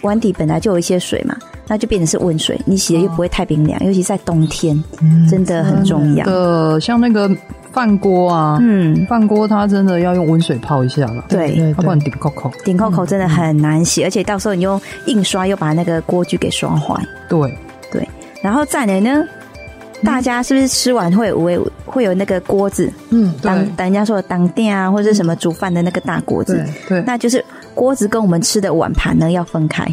[SPEAKER 3] 碗底本来就有一些水嘛，那就变成是温水，你洗的又不会太冰凉，尤其在冬天，
[SPEAKER 4] 哦嗯
[SPEAKER 3] 真的很重要
[SPEAKER 2] 那。个呃像那个饭锅啊，
[SPEAKER 3] 嗯，
[SPEAKER 2] 饭锅它真的要用温水泡一下了，
[SPEAKER 3] 对。
[SPEAKER 4] 对
[SPEAKER 2] 要不然
[SPEAKER 4] 对，
[SPEAKER 2] 顶扣扣。
[SPEAKER 3] 顶扣口真的很难洗，而且到时候你用硬刷又把那个锅具给刷坏。
[SPEAKER 2] 对，
[SPEAKER 3] 然后再来呢，大家是不是吃完会有会有会有那个锅子，
[SPEAKER 4] 嗯
[SPEAKER 2] 对
[SPEAKER 3] 当当人家说的当店啊，或者是什么煮饭的那个大锅子
[SPEAKER 4] 对，，
[SPEAKER 2] 对，
[SPEAKER 3] 那就是锅子跟我们吃的碗盘呢要分开，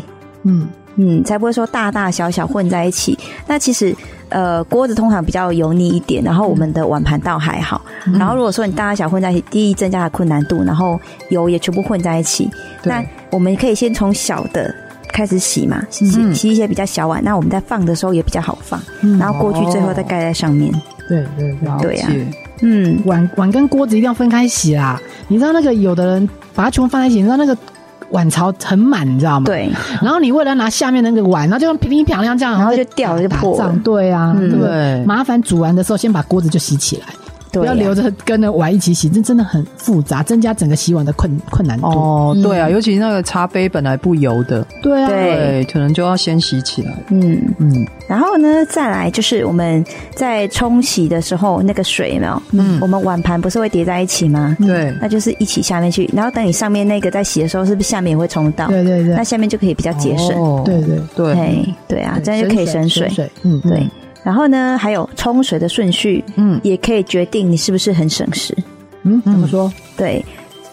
[SPEAKER 4] 嗯
[SPEAKER 3] 嗯，才不会说大大小小混在一起。那其实呃，锅子通常比较油腻一点，然后我们的碗盘倒还好。
[SPEAKER 4] 嗯
[SPEAKER 3] 然后如果说你大大小混在一起，第一增加了困难度，然后油也全部混在一起，那
[SPEAKER 2] 对，
[SPEAKER 3] 我们可以先从小的开始洗嘛，洗洗洗一些比较小碗，那我们在放的时候也比较好放，
[SPEAKER 4] 嗯
[SPEAKER 3] 然后锅具最后再盖在上面。
[SPEAKER 4] 对对对。
[SPEAKER 2] 了
[SPEAKER 3] 对啊
[SPEAKER 2] 解。
[SPEAKER 3] 嗯，
[SPEAKER 4] 碗碗跟锅子一定要分开洗啦。你知道那个有的人把它全部放在一起，你知道那个碗槽很满，你知道吗？。
[SPEAKER 3] 对，
[SPEAKER 4] 然后你为了拿下面那个碗，然后就用乒乒乓乓这样，
[SPEAKER 3] 然后就
[SPEAKER 4] 在
[SPEAKER 3] 掉了就
[SPEAKER 4] 打
[SPEAKER 3] 破
[SPEAKER 4] 仗
[SPEAKER 3] 了。
[SPEAKER 4] 对啊，
[SPEAKER 3] 嗯
[SPEAKER 4] 对不
[SPEAKER 2] 对
[SPEAKER 4] 麻烦煮完的时候先把锅子就洗起来，
[SPEAKER 3] 对
[SPEAKER 4] 不要
[SPEAKER 3] 啊
[SPEAKER 4] 留着跟着碗一起洗，这真的很复杂，增加整个洗碗的困困难度。
[SPEAKER 2] 哦，对啊，尤其那个茶杯本来不油的，
[SPEAKER 4] 对啊，
[SPEAKER 3] 嗯对
[SPEAKER 2] 对，可能就要先洗起来。
[SPEAKER 3] 嗯，
[SPEAKER 2] 嗯
[SPEAKER 3] 然后呢，再来就是我们在冲洗的时候，那个水有没有？
[SPEAKER 2] 嗯
[SPEAKER 3] 我，们碗盘不是会叠在一起吗？
[SPEAKER 2] 对，
[SPEAKER 3] 那就是一起下面去，然后等你上面那个在洗的时候，是不是下面也会冲到？
[SPEAKER 4] 对对
[SPEAKER 3] 那
[SPEAKER 4] 对
[SPEAKER 3] 下面就可以比较节省。
[SPEAKER 2] 哦
[SPEAKER 4] 对对
[SPEAKER 2] 对，
[SPEAKER 3] 对对啊，这样就
[SPEAKER 4] 省
[SPEAKER 3] 可以省水。
[SPEAKER 4] 水，嗯，
[SPEAKER 3] 对，然后呢，还有冲水的顺序，
[SPEAKER 2] 嗯
[SPEAKER 3] 也可以决定你是不是很省时。
[SPEAKER 4] 嗯，怎么说？
[SPEAKER 3] 对，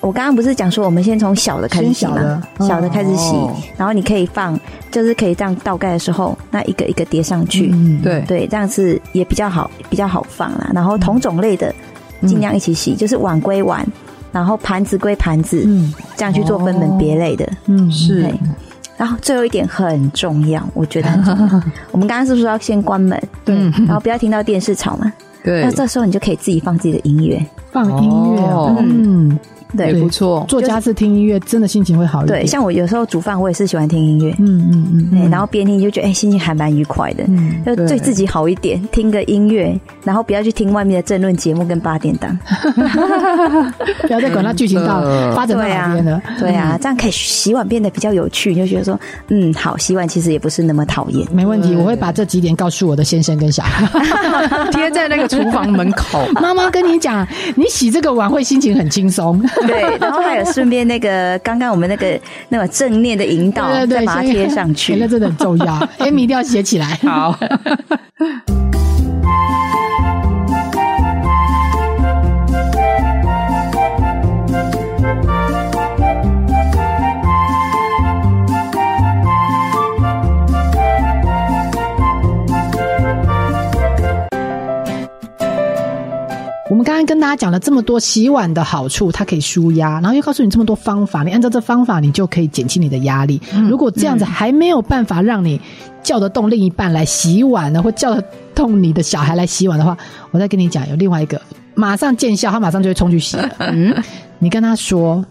[SPEAKER 3] 我刚刚不是讲说我们先从小的开始
[SPEAKER 4] 先
[SPEAKER 3] 洗
[SPEAKER 4] 小
[SPEAKER 3] 吗
[SPEAKER 4] 的？，
[SPEAKER 3] 小的开始洗，
[SPEAKER 2] 哦
[SPEAKER 3] 然后你可以放，就是可以这样倒盖的时候，那一个一个叠上去，
[SPEAKER 4] 嗯，
[SPEAKER 2] 对
[SPEAKER 3] 对，这样子也比较好，比较好放啦。然后同种类的
[SPEAKER 4] 嗯
[SPEAKER 3] 尽量一起洗，就是碗归碗，然后盘子归盘子，
[SPEAKER 4] 嗯
[SPEAKER 3] 这样去做分门别类的。
[SPEAKER 4] 嗯，
[SPEAKER 2] 是
[SPEAKER 3] 对然后最后一点很重要，我
[SPEAKER 4] [laughs]
[SPEAKER 3] 觉得很重要。我们刚刚是不是要先关门？
[SPEAKER 4] 对
[SPEAKER 2] 嗯
[SPEAKER 3] 然后不要听到电视吵
[SPEAKER 4] [laughs]
[SPEAKER 3] 嘛。
[SPEAKER 2] 对
[SPEAKER 3] 那，这时候你就可以自己放自己的音乐，
[SPEAKER 4] 放音乐哦，
[SPEAKER 2] 哦
[SPEAKER 4] 嗯，
[SPEAKER 2] 也
[SPEAKER 3] 对
[SPEAKER 2] 不错。
[SPEAKER 4] 做家事听音乐真的心情会好一点。
[SPEAKER 3] 对，像我有时候煮饭，我也是喜欢听音乐，
[SPEAKER 4] 嗯嗯
[SPEAKER 3] 对
[SPEAKER 4] 嗯，
[SPEAKER 3] 然后边听就觉得哎、心情还蛮愉快的，
[SPEAKER 4] 嗯，
[SPEAKER 3] 就
[SPEAKER 2] 对
[SPEAKER 3] 对自己好一点，听个音乐，然后不要去听外面的政论节目跟八点档，
[SPEAKER 4] 不要再管它剧情到
[SPEAKER 2] 真的
[SPEAKER 4] 发展到哪边了。
[SPEAKER 3] 对啊，这样可以洗碗变得比较有趣，你就觉得说，嗯，好，洗碗其实也不是那么讨厌，
[SPEAKER 4] 没问题，
[SPEAKER 2] 对
[SPEAKER 4] 我会把这几点告诉我的先生跟小孩。 [laughs]
[SPEAKER 2] 贴在那个厨房门口，
[SPEAKER 4] 妈妈跟你讲，你洗这个碗会心情很轻松。
[SPEAKER 3] 对，然后还有顺便那个刚刚我们那个那个正念的引导，
[SPEAKER 4] 对对
[SPEAKER 3] 再
[SPEAKER 4] 对，
[SPEAKER 3] 把它
[SPEAKER 4] 先
[SPEAKER 3] 贴上
[SPEAKER 4] 哎 [laughs] 那
[SPEAKER 3] 去，
[SPEAKER 4] 真的很重
[SPEAKER 3] [laughs]
[SPEAKER 4] 要。Amy 一定要写起来。 [laughs]
[SPEAKER 2] 好，
[SPEAKER 4] 我们刚刚跟大家讲了这么多洗碗的好处，它可以舒压，然后又告诉你这么多方法，你按照这方法，你就可以减轻你的压力。
[SPEAKER 3] 嗯
[SPEAKER 4] 如果这样子还没有办法让你叫得动另一半来洗碗呢，或叫得动你的小孩来洗碗的话，我再跟你讲，有另外一个马上见效，他马上就会冲去洗了。嗯，你跟他说，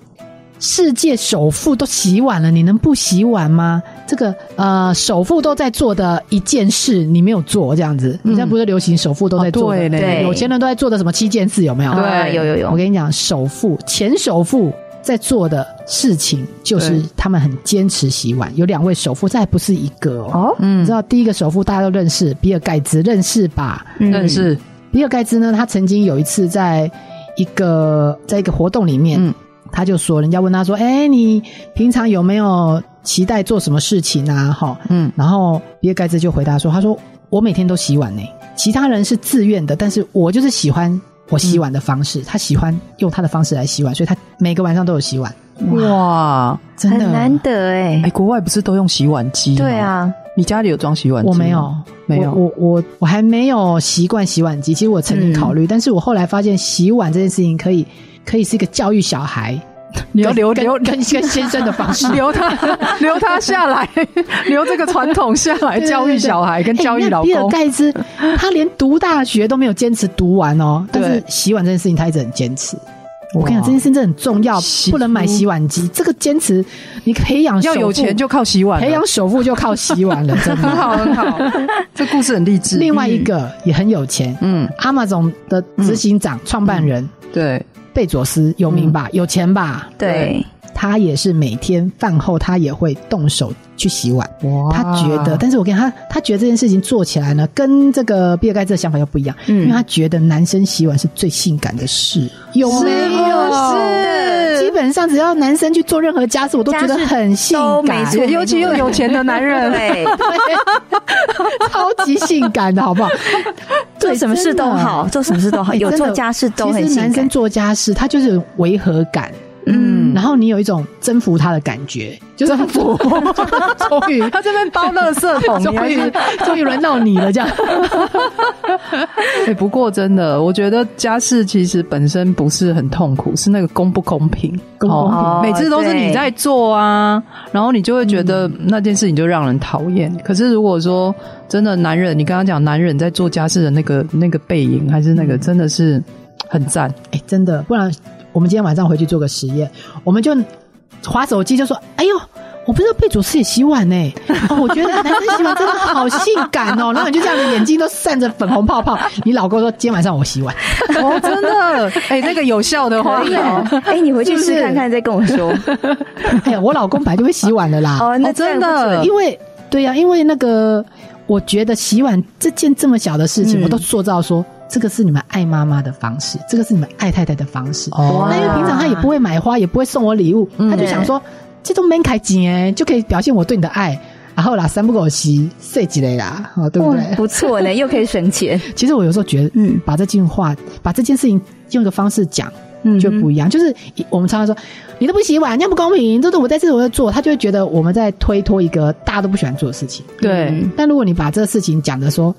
[SPEAKER 4] 世界首富都洗碗了，你能不洗碗吗？这个呃，首富都在做的一件事，你没有做，这样子。你现在不是流行首富都在做
[SPEAKER 2] 嗯哦
[SPEAKER 4] 的，
[SPEAKER 2] 对嘞
[SPEAKER 3] 对
[SPEAKER 4] 有钱人都在做的什么七件事，有没有？
[SPEAKER 3] 啊有有
[SPEAKER 4] 我
[SPEAKER 3] 有，
[SPEAKER 4] 跟你讲，首富、前首富在做的事情，就是
[SPEAKER 2] 对
[SPEAKER 4] 他们很坚持洗碗。有两位首富，这还不是一个哦。
[SPEAKER 3] 哦，
[SPEAKER 4] 你
[SPEAKER 2] 嗯
[SPEAKER 4] 知，道第一个首富大家都认识，比尔盖茨认识吧？
[SPEAKER 3] 嗯
[SPEAKER 2] 但是
[SPEAKER 4] 比尔盖茨呢，他曾经有一次在一个在一个活动里面，
[SPEAKER 2] 嗯
[SPEAKER 4] 他就说，人家问他说：“哎、你平常有没有期待做什么事情啊？”哈，
[SPEAKER 2] 嗯
[SPEAKER 4] 然后比尔盖茨就回答说：“他说我每天都洗碗呢、其他人是自愿的，但是我就是喜欢我
[SPEAKER 3] 嗯
[SPEAKER 4] 洗碗的方式，他喜欢用他的方式来洗碗，所以他每个晚上都有洗碗，
[SPEAKER 2] 哇，
[SPEAKER 4] 真
[SPEAKER 3] 很
[SPEAKER 4] 的
[SPEAKER 3] 难得哎
[SPEAKER 2] 哎，，国外不是都用洗碗机？
[SPEAKER 3] 对，啊，
[SPEAKER 2] 你家里有装洗碗机？
[SPEAKER 4] 我没有，，
[SPEAKER 2] 没有
[SPEAKER 4] 我
[SPEAKER 2] 嗯
[SPEAKER 4] 我我我还没有习惯洗碗机。其实我曾经考虑，但是我后来发现洗碗这件事情可以可以是一个教育小孩，
[SPEAKER 2] [laughs] 你要
[SPEAKER 4] 跟
[SPEAKER 2] 留
[SPEAKER 4] 跟
[SPEAKER 2] 留。
[SPEAKER 4] 跟一个先生的方式
[SPEAKER 2] [laughs] 留
[SPEAKER 4] [laughs]
[SPEAKER 2] 他留他下来， [laughs] 留这个传统下来，
[SPEAKER 4] 对对
[SPEAKER 2] 教育
[SPEAKER 4] 对
[SPEAKER 2] 小孩跟
[SPEAKER 4] 哎
[SPEAKER 2] 教育
[SPEAKER 4] 那
[SPEAKER 2] 老
[SPEAKER 4] 比尔
[SPEAKER 2] 公。
[SPEAKER 4] 盖茨他连读大学都没有坚持读完哦，但是
[SPEAKER 2] 对
[SPEAKER 4] 洗碗这件事情他一直很坚持。我跟你
[SPEAKER 2] 哇
[SPEAKER 4] 讲，这件事情真的很重要
[SPEAKER 2] 洗，
[SPEAKER 4] 不能买洗碗机。这个坚持，你培养
[SPEAKER 2] 要
[SPEAKER 4] 首
[SPEAKER 2] 有
[SPEAKER 4] 富
[SPEAKER 2] 钱就靠洗碗了，啊
[SPEAKER 4] 培养首富就靠洗碗了，真
[SPEAKER 2] 很 [laughs]
[SPEAKER 4] 的。
[SPEAKER 2] 好很好，这故事很励志。
[SPEAKER 4] 另外一个也很有钱，
[SPEAKER 2] 嗯，
[SPEAKER 4] 阿玛总的执行长、创办人
[SPEAKER 2] 对，
[SPEAKER 4] 贝佐斯有名吧，有钱吧？
[SPEAKER 3] 嗯对，
[SPEAKER 4] 他也是每天饭后他也会动手去洗碗。
[SPEAKER 2] 哇
[SPEAKER 4] 他觉得，但是我跟他，他觉得这件事情做起来呢，跟这个比尔盖茨的想法又不一样，
[SPEAKER 3] 嗯
[SPEAKER 4] 因为他觉得男生洗碗是最性感的事，有没有？
[SPEAKER 3] 是
[SPEAKER 4] 基本上只要男生去做任何家事，我都觉得很性
[SPEAKER 3] 都没
[SPEAKER 4] 感，
[SPEAKER 3] 错
[SPEAKER 2] 尤其又有钱的男人，
[SPEAKER 3] 对，
[SPEAKER 4] [laughs] 超级性感的好不好？
[SPEAKER 3] [laughs] 做什么事都好，做什么事都好，
[SPEAKER 4] 哎
[SPEAKER 3] 哦有
[SPEAKER 4] 真的
[SPEAKER 3] 做家事都
[SPEAKER 4] 其
[SPEAKER 3] 很
[SPEAKER 4] 实
[SPEAKER 3] 性
[SPEAKER 4] 男生
[SPEAKER 3] 感。
[SPEAKER 4] 做家事，他就是有违和感，
[SPEAKER 3] 嗯，
[SPEAKER 4] 然后你有一种征服他的感觉，就是征服，终于。
[SPEAKER 2] 他这边包垃圾桶，
[SPEAKER 4] [laughs]
[SPEAKER 2] 你
[SPEAKER 4] 终
[SPEAKER 2] 还
[SPEAKER 4] 于
[SPEAKER 2] 是，
[SPEAKER 4] 终于轮到你了，这样 [laughs]
[SPEAKER 2] [laughs] 哎，不过真的，我觉得家事其实本身不是很痛苦，是那个公不公平，哦
[SPEAKER 4] 公不公平
[SPEAKER 2] 每次都是你
[SPEAKER 3] 哦对嗯
[SPEAKER 2] 在做啊，然后你就会觉得那件事情就让人讨厌。可是如果说真的男人，你刚刚讲男人在做家事的那个那个背影，还是那个
[SPEAKER 3] 嗯
[SPEAKER 2] 真的是很
[SPEAKER 3] [laughs]
[SPEAKER 2] 赞，
[SPEAKER 4] 哎，真的，不然我们今天晚上回去做个实验，我们就划手机就说：“哎呦，我不知道贝佐斯也洗碗呢、 [laughs] 哦，我觉得男生洗碗真的好性感哦。”然后你就这样，你眼睛都散着粉红泡泡。你老公说：“今天晚上我洗碗。 [laughs]
[SPEAKER 2] 哦，真的，哎，那个有效的话
[SPEAKER 3] 可以哦，哎，你回去
[SPEAKER 4] 是不是
[SPEAKER 3] 试看看再跟我说。”
[SPEAKER 4] 哎呀，我老公本来就会洗碗的啦。
[SPEAKER 3] 哦，那这样
[SPEAKER 2] 真的
[SPEAKER 3] 不错
[SPEAKER 4] 因为对呀、因为那个，我觉得洗碗这件这么小的事情，
[SPEAKER 3] 嗯
[SPEAKER 4] 我都塑造说这个是你们爱妈妈的方式，这个是你们爱太太的方式。
[SPEAKER 2] 哦
[SPEAKER 4] 那因为平常他也不会买花，也不会送我礼物，他就想说这种门开紧哎，就可以表现我对你的爱。然后啦，三不狗洗睡几类啦，哦，对不对？
[SPEAKER 3] 不错呢，又可以省钱。
[SPEAKER 4] 其实我有时候觉得，嗯
[SPEAKER 3] 嗯，
[SPEAKER 4] 把这句话，把这件事情用一个方式讲，
[SPEAKER 3] 嗯
[SPEAKER 4] 就不一样。就是一我们常常说，你都不洗碗，那不公平，这都我在这我在做，他就会觉得我们在推脱一个大家都不喜欢做的事情。嗯
[SPEAKER 2] 对，
[SPEAKER 4] 但如果你把这个事情讲的说，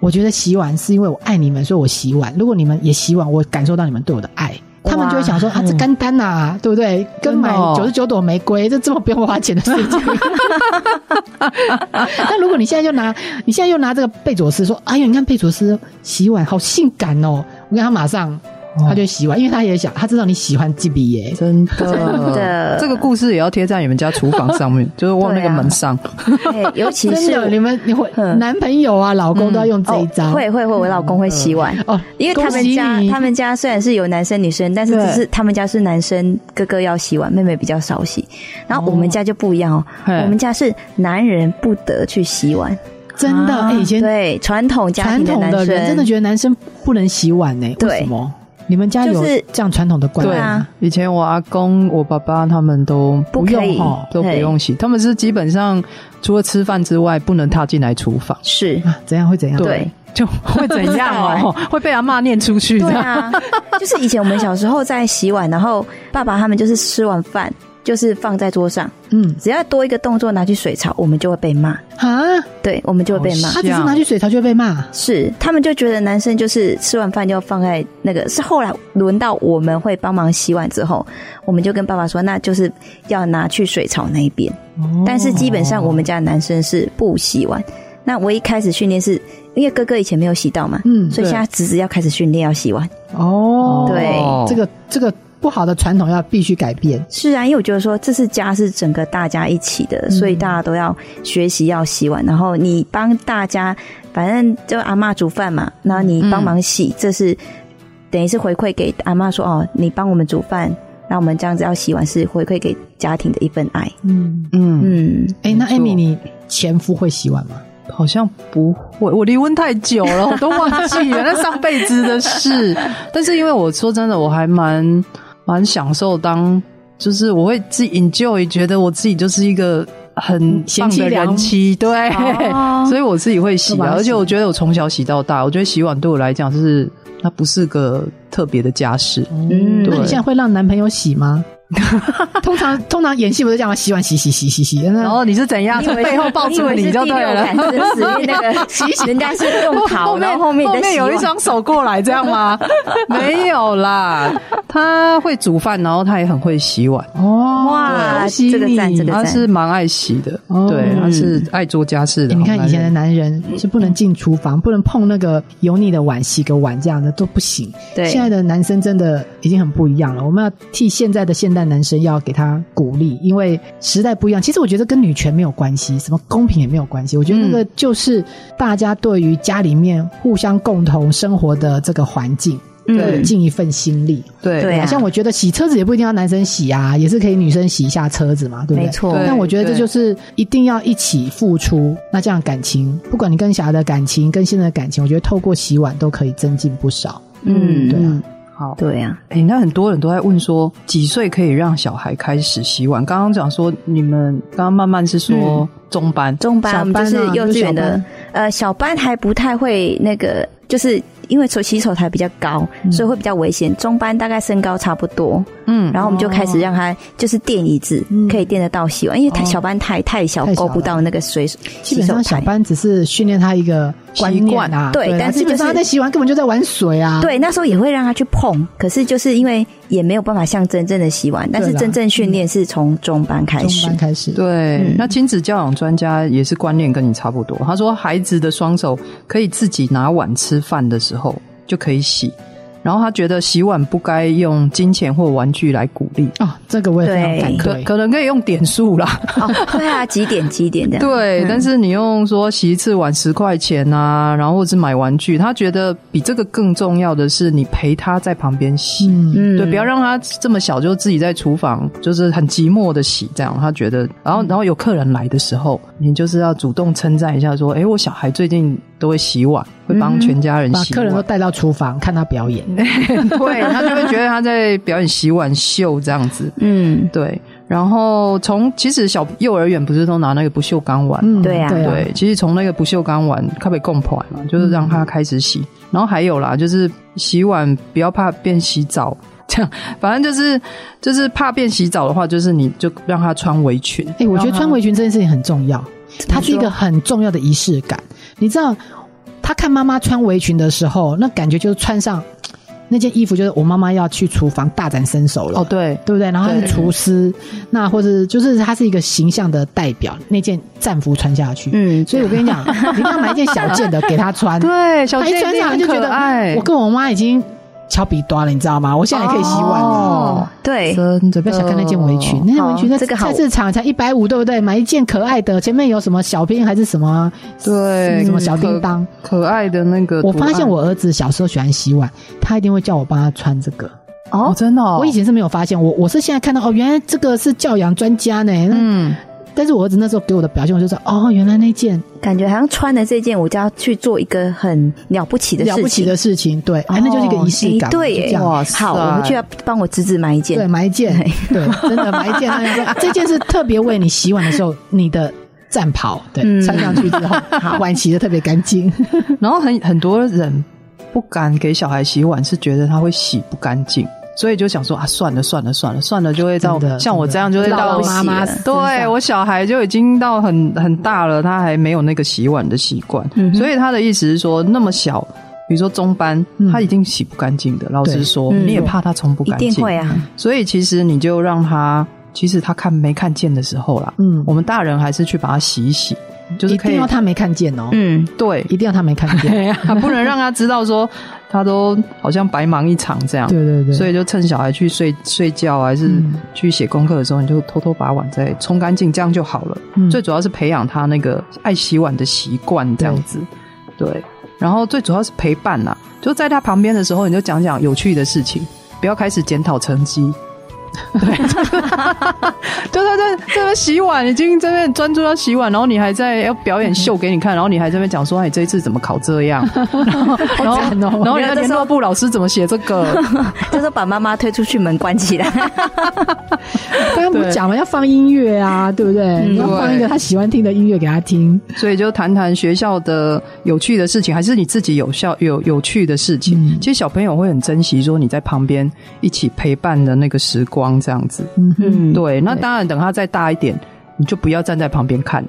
[SPEAKER 4] 我觉得洗碗是因为我爱你们，所以我洗碗。如果你们也洗碗，我感受到你们对我的爱。他们就会想说啊，这干单呐、对不对？跟买
[SPEAKER 2] 真的哦
[SPEAKER 4] 九十九朵玫瑰，这这么不用花钱的事
[SPEAKER 2] [laughs]
[SPEAKER 4] 情。但如果你现在就拿，你现在又拿这个贝佐斯说，哎呦，你看贝佐斯洗碗好性感哦！我跟他马上
[SPEAKER 2] 哦
[SPEAKER 4] 他就洗碗，因为他也想，他知道你喜欢吉比耶。
[SPEAKER 2] 真的，
[SPEAKER 3] 的啊
[SPEAKER 2] 这个故事也要贴在你们家厨房上
[SPEAKER 3] [laughs]
[SPEAKER 2] 面，就是往那个门上。
[SPEAKER 3] 哎尤其
[SPEAKER 4] 真
[SPEAKER 3] 是
[SPEAKER 4] 的，你们你会
[SPEAKER 3] 嗯
[SPEAKER 4] 男朋友啊、老公都要用这一招。
[SPEAKER 3] 哦会会会，我老公会洗碗。
[SPEAKER 4] 哦，
[SPEAKER 3] 因为他
[SPEAKER 4] 恭
[SPEAKER 3] 们
[SPEAKER 4] 喜
[SPEAKER 3] 家
[SPEAKER 4] 你
[SPEAKER 3] 他们家虽然是有男生女生，但是
[SPEAKER 2] 对
[SPEAKER 3] 只是他们家是男生哥哥要洗碗，妹妹比较少洗。然后我们家就不一样哦，
[SPEAKER 2] 嘿
[SPEAKER 3] 我们家是男人不得去洗碗，
[SPEAKER 4] 真的，
[SPEAKER 2] 啊
[SPEAKER 4] 哎以前
[SPEAKER 3] 对传统家
[SPEAKER 4] 传
[SPEAKER 3] 庭的
[SPEAKER 4] 统
[SPEAKER 3] 男
[SPEAKER 4] 的
[SPEAKER 3] 生
[SPEAKER 4] 人真的觉得男生不能洗碗呢、
[SPEAKER 3] 对
[SPEAKER 4] 为什么？你们家有
[SPEAKER 3] 就是
[SPEAKER 4] 这样传统的观
[SPEAKER 2] 对
[SPEAKER 4] 念吗？
[SPEAKER 3] 啊
[SPEAKER 2] 以前我阿公、我爸爸他们都
[SPEAKER 3] 不可
[SPEAKER 4] 不
[SPEAKER 3] 以
[SPEAKER 4] 用哦
[SPEAKER 2] 都不
[SPEAKER 3] 对
[SPEAKER 2] 用洗，他们是基本上除了吃饭之外，不能踏进来厨房，
[SPEAKER 3] 是
[SPEAKER 4] 啊，怎样会怎样？ [laughs]
[SPEAKER 3] 对
[SPEAKER 2] 就会怎样
[SPEAKER 3] [laughs]
[SPEAKER 2] 哦？ [laughs] 会被阿妈念出去
[SPEAKER 3] 对
[SPEAKER 2] 的。
[SPEAKER 3] 啊，就是以前我们小时候在洗碗，然后爸爸他们就是吃完饭就是放在桌上，
[SPEAKER 4] 嗯
[SPEAKER 3] 只要多一个动作拿去水槽，我们就会被骂，
[SPEAKER 4] 啊，
[SPEAKER 3] 对我们就会被骂
[SPEAKER 4] 他。只
[SPEAKER 2] 这
[SPEAKER 4] 是啊
[SPEAKER 2] 样
[SPEAKER 4] 拿去水槽就会被骂。
[SPEAKER 3] 是，他们就觉得男生就是吃完饭就要放在那个，是后来轮到我们会帮忙洗碗之后，我们就跟爸爸说，那就是要拿去水槽那一边。
[SPEAKER 4] 哦
[SPEAKER 3] 但是基本上我们家男生是不洗碗。那我一开始训练是因为哥哥以前没有洗到嘛，
[SPEAKER 4] 嗯
[SPEAKER 3] 所以现在侄子要开始训练要洗碗。
[SPEAKER 4] 哦，
[SPEAKER 3] 对
[SPEAKER 4] 这个这个不好的传统要必须改变。
[SPEAKER 3] 是啊，因为我觉得说这是家是整个大家一起
[SPEAKER 2] 嗯
[SPEAKER 3] 的，所以大家都要学习要洗碗，然后你帮大家，反正就阿嬷煮饭嘛，然后你帮忙洗，这是等于是回馈给阿嬷说哦，你帮我们煮饭，那我们这样子要洗碗是回馈给家庭的一份爱。
[SPEAKER 4] 嗯，
[SPEAKER 2] 嗯，
[SPEAKER 3] 嗯，
[SPEAKER 4] 哎、那
[SPEAKER 2] 没错
[SPEAKER 4] Amy，你前夫会洗碗吗？
[SPEAKER 2] 好像不会，我离婚太久了，我都忘记了那上辈子的
[SPEAKER 3] [laughs]
[SPEAKER 2] 事。但是因为我说真的，我还蛮蛮享受当，就是我会自己 enjoy，觉得我自己就是一个很
[SPEAKER 4] 贤
[SPEAKER 2] 棒
[SPEAKER 4] 妻
[SPEAKER 3] 嗯
[SPEAKER 2] 的
[SPEAKER 4] 良母
[SPEAKER 2] 人妻，对，
[SPEAKER 3] 哦
[SPEAKER 2] 所以我自己会洗
[SPEAKER 4] 都把
[SPEAKER 2] 啊，
[SPEAKER 4] 它
[SPEAKER 2] 而
[SPEAKER 4] 洗
[SPEAKER 2] 且我觉得我从小洗到大，我觉得洗碗对我来讲就是它不是个特别的家事，
[SPEAKER 3] 嗯
[SPEAKER 4] 那你
[SPEAKER 2] 对
[SPEAKER 4] 现在会让男朋友洗吗？ [laughs] 通常通常演戏不是这样吗？洗碗洗洗洗洗洗，
[SPEAKER 2] 然
[SPEAKER 4] 那
[SPEAKER 2] 哦后你是怎样
[SPEAKER 3] 你以为
[SPEAKER 2] 啊背后抱住你就对了。
[SPEAKER 3] 你以 [laughs] 为是第六感知识那个人家是
[SPEAKER 2] [laughs]
[SPEAKER 3] 用
[SPEAKER 2] 后
[SPEAKER 3] 烤，然
[SPEAKER 2] 面
[SPEAKER 3] 后后面
[SPEAKER 2] 后
[SPEAKER 3] 你在
[SPEAKER 2] 面
[SPEAKER 3] 洗
[SPEAKER 2] 有一
[SPEAKER 3] 碗。
[SPEAKER 2] 双手过来，这样 [laughs] 吗？没有啦，他会煮饭，然后他也很会洗碗，
[SPEAKER 4] 哦
[SPEAKER 3] 哇
[SPEAKER 4] 恭喜
[SPEAKER 3] 这个赞
[SPEAKER 4] 你
[SPEAKER 3] 这个
[SPEAKER 2] 他是蛮爱洗的，
[SPEAKER 4] 哦
[SPEAKER 2] 对，
[SPEAKER 4] 嗯
[SPEAKER 2] 他是爱做家事的。
[SPEAKER 4] 欸你看
[SPEAKER 2] 好男
[SPEAKER 4] 以前的
[SPEAKER 2] 人
[SPEAKER 4] 男人是不能进厨房，不能碰那个油腻的碗、洗个碗这样的都不行。
[SPEAKER 3] 对
[SPEAKER 4] 现在的男生真的已经很不一样了。我们要替现在的现代男生要给他鼓励，因为时代不一样。其实我觉得跟女权没有关系，什么公平也没有关系。我觉得那个就是大家对于家里面互相共同生活的这个环境，
[SPEAKER 3] 嗯
[SPEAKER 2] 啊
[SPEAKER 4] 尽一份心力。
[SPEAKER 2] 对
[SPEAKER 3] 对啊
[SPEAKER 4] 像我觉得洗车子也不一定要男生洗啊，也是可以女生洗一下车子嘛，对不对？
[SPEAKER 3] 没错
[SPEAKER 4] 但我觉得这
[SPEAKER 2] 对
[SPEAKER 4] 就是一定要一起付出，那这样感情，不管你跟小孩的感情，跟现在的感情，我觉得透过洗碗都可以增进不少。
[SPEAKER 3] 嗯，
[SPEAKER 4] 对啊，
[SPEAKER 2] 好，
[SPEAKER 3] 对啊，
[SPEAKER 2] 哎、那很多人都在问说，几岁可以让小孩开始洗碗？刚刚讲说，你们刚刚慢慢是说嗯中班，
[SPEAKER 3] 中班
[SPEAKER 4] 小
[SPEAKER 3] 我们就
[SPEAKER 4] 班
[SPEAKER 3] 是
[SPEAKER 4] 啊
[SPEAKER 3] 幼
[SPEAKER 4] 就
[SPEAKER 3] 稚
[SPEAKER 4] 小
[SPEAKER 3] 园的
[SPEAKER 4] 班，
[SPEAKER 3] 呃，小班还不太会那个，就是因为手洗手台比较高，
[SPEAKER 4] 嗯
[SPEAKER 3] 所以会比较危险。中班大概身高差不多，
[SPEAKER 2] 嗯，
[SPEAKER 3] 然后我们就开
[SPEAKER 4] 哦
[SPEAKER 3] 始让他就是垫椅子，可以垫得到洗碗，因为太小班太太小
[SPEAKER 4] 嗯太，小
[SPEAKER 3] 够不到那个水
[SPEAKER 4] 基
[SPEAKER 3] 洗
[SPEAKER 4] 本
[SPEAKER 3] 手
[SPEAKER 4] 上小
[SPEAKER 3] 台。
[SPEAKER 4] 班只是训练他一个观念
[SPEAKER 2] 习
[SPEAKER 4] 啊，
[SPEAKER 2] 惯
[SPEAKER 4] 对
[SPEAKER 3] 对
[SPEAKER 4] 啊，
[SPEAKER 3] 但是
[SPEAKER 4] 基本上
[SPEAKER 3] 就是
[SPEAKER 4] 他在洗碗根本就在玩水啊。
[SPEAKER 3] 对，那时候也会让他去碰，可是就是因为也没有办法像真正的洗碗，但是
[SPEAKER 4] 对啦嗯
[SPEAKER 3] 真正训练是从中班开
[SPEAKER 4] 中
[SPEAKER 3] 始
[SPEAKER 4] 班。开始，
[SPEAKER 2] 对，
[SPEAKER 3] 嗯
[SPEAKER 2] 那亲子教养专家也是观念跟你差不多。他说，孩子的双手可以自己拿碗吃饭的时候就可以洗，然后他觉得洗碗不该用金钱或玩具来鼓励，
[SPEAKER 4] 哦，这个我也非常反
[SPEAKER 2] 可
[SPEAKER 4] 对。
[SPEAKER 2] 可能可以用点数
[SPEAKER 3] [laughs]
[SPEAKER 2] 啦。
[SPEAKER 3] 哦，对啊，几点几
[SPEAKER 4] [laughs]
[SPEAKER 3] 点这样。
[SPEAKER 2] 对，
[SPEAKER 3] 嗯
[SPEAKER 2] 但是你用说洗一次碗十块钱啊，然后或者是买玩具，他觉得比这个更重要的是你陪他在旁边洗。
[SPEAKER 4] 嗯，
[SPEAKER 3] 嗯
[SPEAKER 2] 对，不要让他这么小就自己在厨房，就是很寂寞的洗这样。他觉得，然
[SPEAKER 4] 嗯
[SPEAKER 2] 后然后有客人来的时候，你就是要主动称赞一下，说：“哎，我小孩最近都会洗碗，会帮全家人
[SPEAKER 4] 嗯把
[SPEAKER 2] 洗
[SPEAKER 4] 客
[SPEAKER 2] 碗。
[SPEAKER 4] 人都带到厨房看他表演。
[SPEAKER 2] [laughs] 对，他就会觉得他在表演洗碗秀这样子。
[SPEAKER 3] 嗯，
[SPEAKER 2] 对，然后从其实小幼儿园不是都拿那个不锈钢碗
[SPEAKER 4] 嗯，
[SPEAKER 2] 吗，
[SPEAKER 3] 对啊
[SPEAKER 4] 对
[SPEAKER 2] 对，其实从那个不锈钢碗可不可以共款嘛，就是让他开始洗。然后还有啦，就是洗碗不要怕变洗澡，这样反正就是就是怕变洗澡的话，就是你就让他穿围裙。
[SPEAKER 4] 哎、我觉得穿围裙这件事情很重要，它是一个
[SPEAKER 3] 说
[SPEAKER 4] 很重要的仪式感。你知道，他看妈妈穿围裙的时候，那感觉就是穿上那件衣服，就是我妈妈要去厨房大展身手了。
[SPEAKER 2] 哦，对，
[SPEAKER 4] 对不对？然后他是
[SPEAKER 2] 对
[SPEAKER 4] 厨师，那或者就是他是一个形象的代表，那件战服穿下去。
[SPEAKER 3] 嗯
[SPEAKER 4] 所以我跟
[SPEAKER 2] [laughs]
[SPEAKER 4] 你讲，你一定要买一件小件的给他穿。
[SPEAKER 2] 对，啊小
[SPEAKER 4] 他一
[SPEAKER 2] 健
[SPEAKER 4] 穿
[SPEAKER 2] 弟
[SPEAKER 4] 上来
[SPEAKER 2] 很
[SPEAKER 4] 就觉
[SPEAKER 2] 可爱，
[SPEAKER 4] 得，嗯我跟我妈已经敲笔端了，你知道吗？我现在也可以洗碗了。
[SPEAKER 2] 哦，
[SPEAKER 3] 对，
[SPEAKER 2] 真的
[SPEAKER 4] 不要小看那件围裙，那件围裙在
[SPEAKER 3] 这个哦好
[SPEAKER 4] 菜市场才一百五，对不对？买一件可爱的，前面有什么小兵还是什么啊
[SPEAKER 2] 对，
[SPEAKER 4] 什么小叮当。
[SPEAKER 2] 可，可爱的那个图
[SPEAKER 4] 我
[SPEAKER 2] 案。
[SPEAKER 4] 发现我儿子小时候喜欢洗碗，他一定会叫我帮他穿这个。
[SPEAKER 2] 哦，真的哦，
[SPEAKER 4] 我以前是没有发现，我我是现在看到哦，原来这个是教养专家呢。嗯，
[SPEAKER 2] 嗯，
[SPEAKER 4] 但是我儿子那时候给我的表现，我就说哦，原来那件
[SPEAKER 3] 感觉好像穿了这件，我就要去做一个很了不起的事情。
[SPEAKER 4] 了不起的事情，对，哎，那就是一个仪式感嘛，
[SPEAKER 3] 哦哎对
[SPEAKER 4] 就
[SPEAKER 3] 耶
[SPEAKER 4] 这样。啊
[SPEAKER 2] 哇塞
[SPEAKER 3] 好，我回去要帮我侄子买一件。
[SPEAKER 4] 对，买一件， [laughs] 对，真的买一件。让人家说这件是特别为你洗碗的时候，你的战袍，对，
[SPEAKER 3] 嗯
[SPEAKER 4] 穿上去之 [laughs] 后，碗洗的特别干净。
[SPEAKER 2] 然后很很多人不敢给小孩洗碗，是觉得他会洗不干净，所以就想说啊，算了算了算了算了，就会到
[SPEAKER 4] 真的
[SPEAKER 2] 像我
[SPEAKER 4] 真的
[SPEAKER 2] 这样就会
[SPEAKER 3] 到
[SPEAKER 2] 到
[SPEAKER 3] 我洗
[SPEAKER 4] 妈妈
[SPEAKER 3] 了，
[SPEAKER 2] 对我小孩就已经到很很大了，他还没有那个洗碗的习惯，
[SPEAKER 3] 嗯哼
[SPEAKER 2] 所以他的意思是说，那么小，比如说中班，
[SPEAKER 4] 嗯
[SPEAKER 2] 他已经洗不干净的。老
[SPEAKER 4] 对
[SPEAKER 2] 实说，
[SPEAKER 3] 嗯
[SPEAKER 2] 你也怕他冲不
[SPEAKER 3] 一
[SPEAKER 2] 干净，
[SPEAKER 3] 定会啊，
[SPEAKER 2] 所以其实你就让他，其实他看没看见的时候啦，
[SPEAKER 4] 嗯
[SPEAKER 2] 我们大人还是去把它洗一洗，就是
[SPEAKER 4] 一
[SPEAKER 2] 可
[SPEAKER 4] 定
[SPEAKER 2] 以
[SPEAKER 4] 要他没看见哦，
[SPEAKER 3] 嗯，
[SPEAKER 2] 对啊
[SPEAKER 4] 一定要他没看见。
[SPEAKER 2] 他不能让他知道说，他都好像白忙一场这样。
[SPEAKER 4] [laughs] 对对对，嗯
[SPEAKER 2] 所
[SPEAKER 4] 以
[SPEAKER 2] 以就趁小孩去睡睡觉，啊还是去写功课的时候，你就偷偷把碗再冲干净，这样就好了。
[SPEAKER 4] 嗯
[SPEAKER 2] 最主要是培养他那个爱洗碗的习惯，这样子。对，然后最主要是陪伴啦、就在他旁边的时候，你就讲讲有趣的事情，不要开始检讨
[SPEAKER 4] [laughs]
[SPEAKER 2] 成绩。对，就在这这边洗碗，已经这边专注要洗碗，然后你还在要表演秀给你看，然后你还在那边讲说，哎，这一次怎么考这
[SPEAKER 4] [laughs]
[SPEAKER 2] 样？然后，
[SPEAKER 4] 惨
[SPEAKER 2] 然
[SPEAKER 4] 哦
[SPEAKER 2] 后，然后人家联络部老师怎么写这个？
[SPEAKER 3] 这时候把妈妈推出去门关起来，
[SPEAKER 4] 刚刚不是讲了要放音乐啊，对不对？你要放一个他喜欢听的音乐给他听，
[SPEAKER 2] 所以就谈谈学校的有趣的事情，还是你自己有效有有趣的事情。
[SPEAKER 4] 嗯
[SPEAKER 2] 其实小朋友会很珍惜说你在旁边一起陪伴的那个时光，这样子。
[SPEAKER 4] [laughs] 嗯哼，
[SPEAKER 3] 嗯，
[SPEAKER 2] 对，那当然等他再大一点，你就不要站在旁边看了，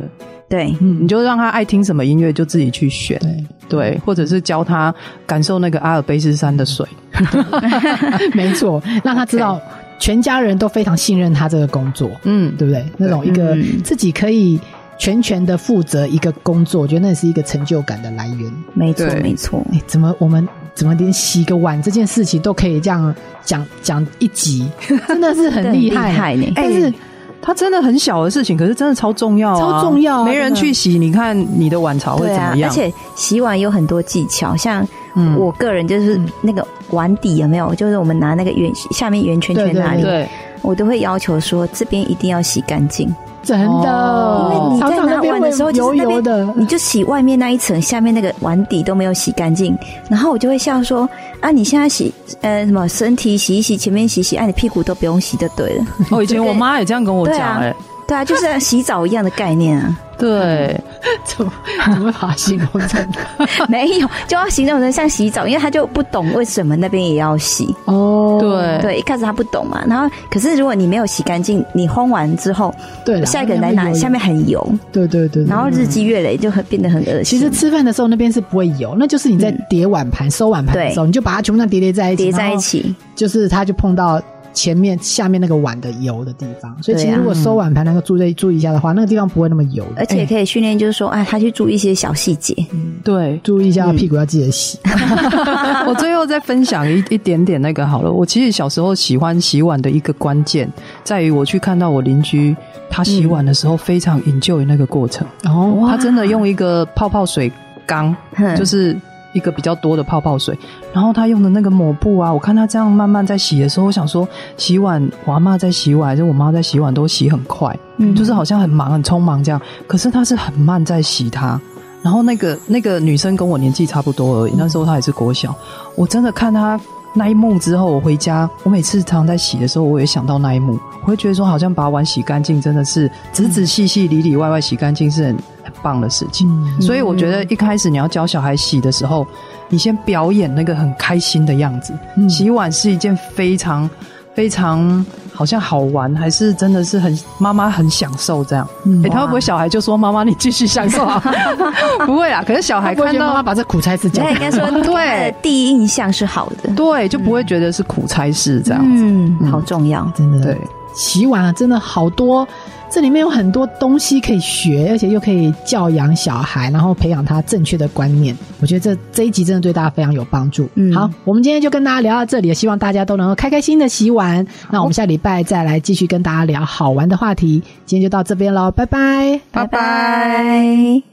[SPEAKER 3] 对，
[SPEAKER 4] 嗯
[SPEAKER 2] 你就让他爱听什么音乐就自己去选。
[SPEAKER 4] 对， [laughs]
[SPEAKER 2] 对，或者是教他感受那个阿尔卑斯山的水。
[SPEAKER 4] 没错，让他知 [laughs] 道全家人都非常信任他这个工作，
[SPEAKER 2] 嗯，
[SPEAKER 4] 对不对？那种一个
[SPEAKER 3] 嗯
[SPEAKER 4] 自己可以全权的负责一个工作，我觉得那是一个成就感的来源。
[SPEAKER 3] 没错
[SPEAKER 2] 对
[SPEAKER 3] 没错，
[SPEAKER 4] 哎，怎么我们怎么连洗个碗这件事情都可以这样讲讲一
[SPEAKER 3] [laughs]
[SPEAKER 4] 集，真的是很厉害。哎
[SPEAKER 3] 对害呢。
[SPEAKER 4] 但是
[SPEAKER 2] 它真的很小的事情，可是真的超重要啊、
[SPEAKER 4] 超重要啊
[SPEAKER 2] 没
[SPEAKER 4] 真
[SPEAKER 2] 人
[SPEAKER 4] 的
[SPEAKER 2] 去洗，你看你的碗槽会
[SPEAKER 3] 对
[SPEAKER 2] 怎
[SPEAKER 3] 啊
[SPEAKER 2] 么，样？
[SPEAKER 3] 而且洗碗有很多技巧，像
[SPEAKER 2] 嗯
[SPEAKER 3] 我个人就是那个碗底有没有，就是我们拿那个圆下面圆圈圈
[SPEAKER 4] 对
[SPEAKER 3] 那里，
[SPEAKER 2] 对，
[SPEAKER 3] 我都会要求说这边一定要洗干净，
[SPEAKER 4] 真的，
[SPEAKER 2] 哦
[SPEAKER 3] 因为你
[SPEAKER 4] 常
[SPEAKER 3] 在
[SPEAKER 4] 常那
[SPEAKER 3] 拿
[SPEAKER 4] 边
[SPEAKER 3] 碗的时候，
[SPEAKER 4] 会油
[SPEAKER 3] 就是那
[SPEAKER 4] 油
[SPEAKER 3] 边
[SPEAKER 4] 的，
[SPEAKER 3] [laughs] 你就洗外面那一层，下面那个碗底都没有洗干净，然后我就会笑说啊，你现在洗呃什么身体洗一洗，前面洗一洗，啊你屁股都不用洗就对了， [laughs]
[SPEAKER 2] 哦，以前我妈也这样跟我
[SPEAKER 3] 对
[SPEAKER 2] 讲、
[SPEAKER 3] 啊
[SPEAKER 2] 哎、
[SPEAKER 3] 对啊，就是像洗澡一样的概念啊，
[SPEAKER 2] [laughs] 对，
[SPEAKER 4] 怎么怎么把它形容
[SPEAKER 3] [laughs]
[SPEAKER 4] 成？
[SPEAKER 3] 没有就要形容成像洗澡，因为他就不懂为什么那边也要洗，
[SPEAKER 4] 哦，
[SPEAKER 2] 对
[SPEAKER 3] 对，一开始他不懂嘛，然后可是如果你没有洗干净，你烘完之后，
[SPEAKER 4] 对啦，
[SPEAKER 3] 下一个人来拿，下面很油，
[SPEAKER 4] 对对对，对
[SPEAKER 3] 然后日积月累就很变得很恶
[SPEAKER 4] 嗯其
[SPEAKER 3] 心。
[SPEAKER 4] 实吃饭的时候那边是不会油，那就是你在叠碗盘、收碗盘的时候，你就把它全部这样叠叠在一起，
[SPEAKER 3] 嗯叠在一，起，
[SPEAKER 4] 就是它就碰到前面下面那个碗的油的地方。所以其
[SPEAKER 3] 对
[SPEAKER 4] 实
[SPEAKER 3] 啊
[SPEAKER 4] 如果收碗盘能够注意注意一下的话，那个地方不会那么油的。，
[SPEAKER 3] 而且可以训练，就是说，啊，他去注意一些小细节。
[SPEAKER 2] 对
[SPEAKER 4] [laughs] 注意一下屁股要记得洗。
[SPEAKER 2] 我最后再分享一一点点那个好了。我其实小时候喜欢洗碗的一个关键，在于我去看到我邻居他洗碗的时候非常 enjoy 那个过程，
[SPEAKER 4] 哦，嗯
[SPEAKER 2] 他真的用一个泡泡水缸，
[SPEAKER 3] 哼
[SPEAKER 2] 就是。一个比较多的泡泡水，然后他用的那个抹布啊，我看他这样慢慢在洗的时候，我想说，洗碗我阿妈在洗碗，还是我妈在洗碗，都洗很快，
[SPEAKER 3] 嗯
[SPEAKER 2] 就是好像很忙很匆忙这样，可是他是很慢在洗它。然后那个那个女生跟我年纪差不多
[SPEAKER 4] 嗯
[SPEAKER 2] 而已，那时候她也是国小。我真的看她那一幕之后，我回家，我每次常在洗的时候，我也想到那一幕，我会觉得说，好像把碗洗干净真的是仔仔细细、里里外外洗干净是很很棒的事情。
[SPEAKER 4] 嗯
[SPEAKER 2] 所以我觉得一开始你要教小孩洗的时候，你先表演那个很开心的样子。
[SPEAKER 4] 嗯
[SPEAKER 2] 洗碗是一件非常非常好像好玩，还是真的是很妈妈很享受这样。
[SPEAKER 4] 嗯
[SPEAKER 2] 诶他会不会小孩就说妈妈你继续享受啊？ [laughs] 不会啦，可是小孩
[SPEAKER 4] 还看
[SPEAKER 2] 看
[SPEAKER 4] 到妈妈
[SPEAKER 2] 到。
[SPEAKER 4] 把这苦差事讲
[SPEAKER 3] 那应该说，
[SPEAKER 2] 对，
[SPEAKER 3] 第一印象是好的，
[SPEAKER 2] 对，就不会觉得是苦差事这样子。
[SPEAKER 3] 嗯，好重要。
[SPEAKER 4] 真的
[SPEAKER 2] 对，
[SPEAKER 4] 洗碗啊，真的好多，这里面有很多东西可以学，而且又可以教养小孩，然后培养他正确的观念。我觉得这这一集真的对大家非常有帮助。
[SPEAKER 3] 嗯
[SPEAKER 4] 好，我们今天就跟大家聊到这里，希望大家都能够开开心的洗碗。那我们下礼拜再来继续跟大家聊好玩的话题。今天就到这边喽，拜拜。
[SPEAKER 3] 拜拜。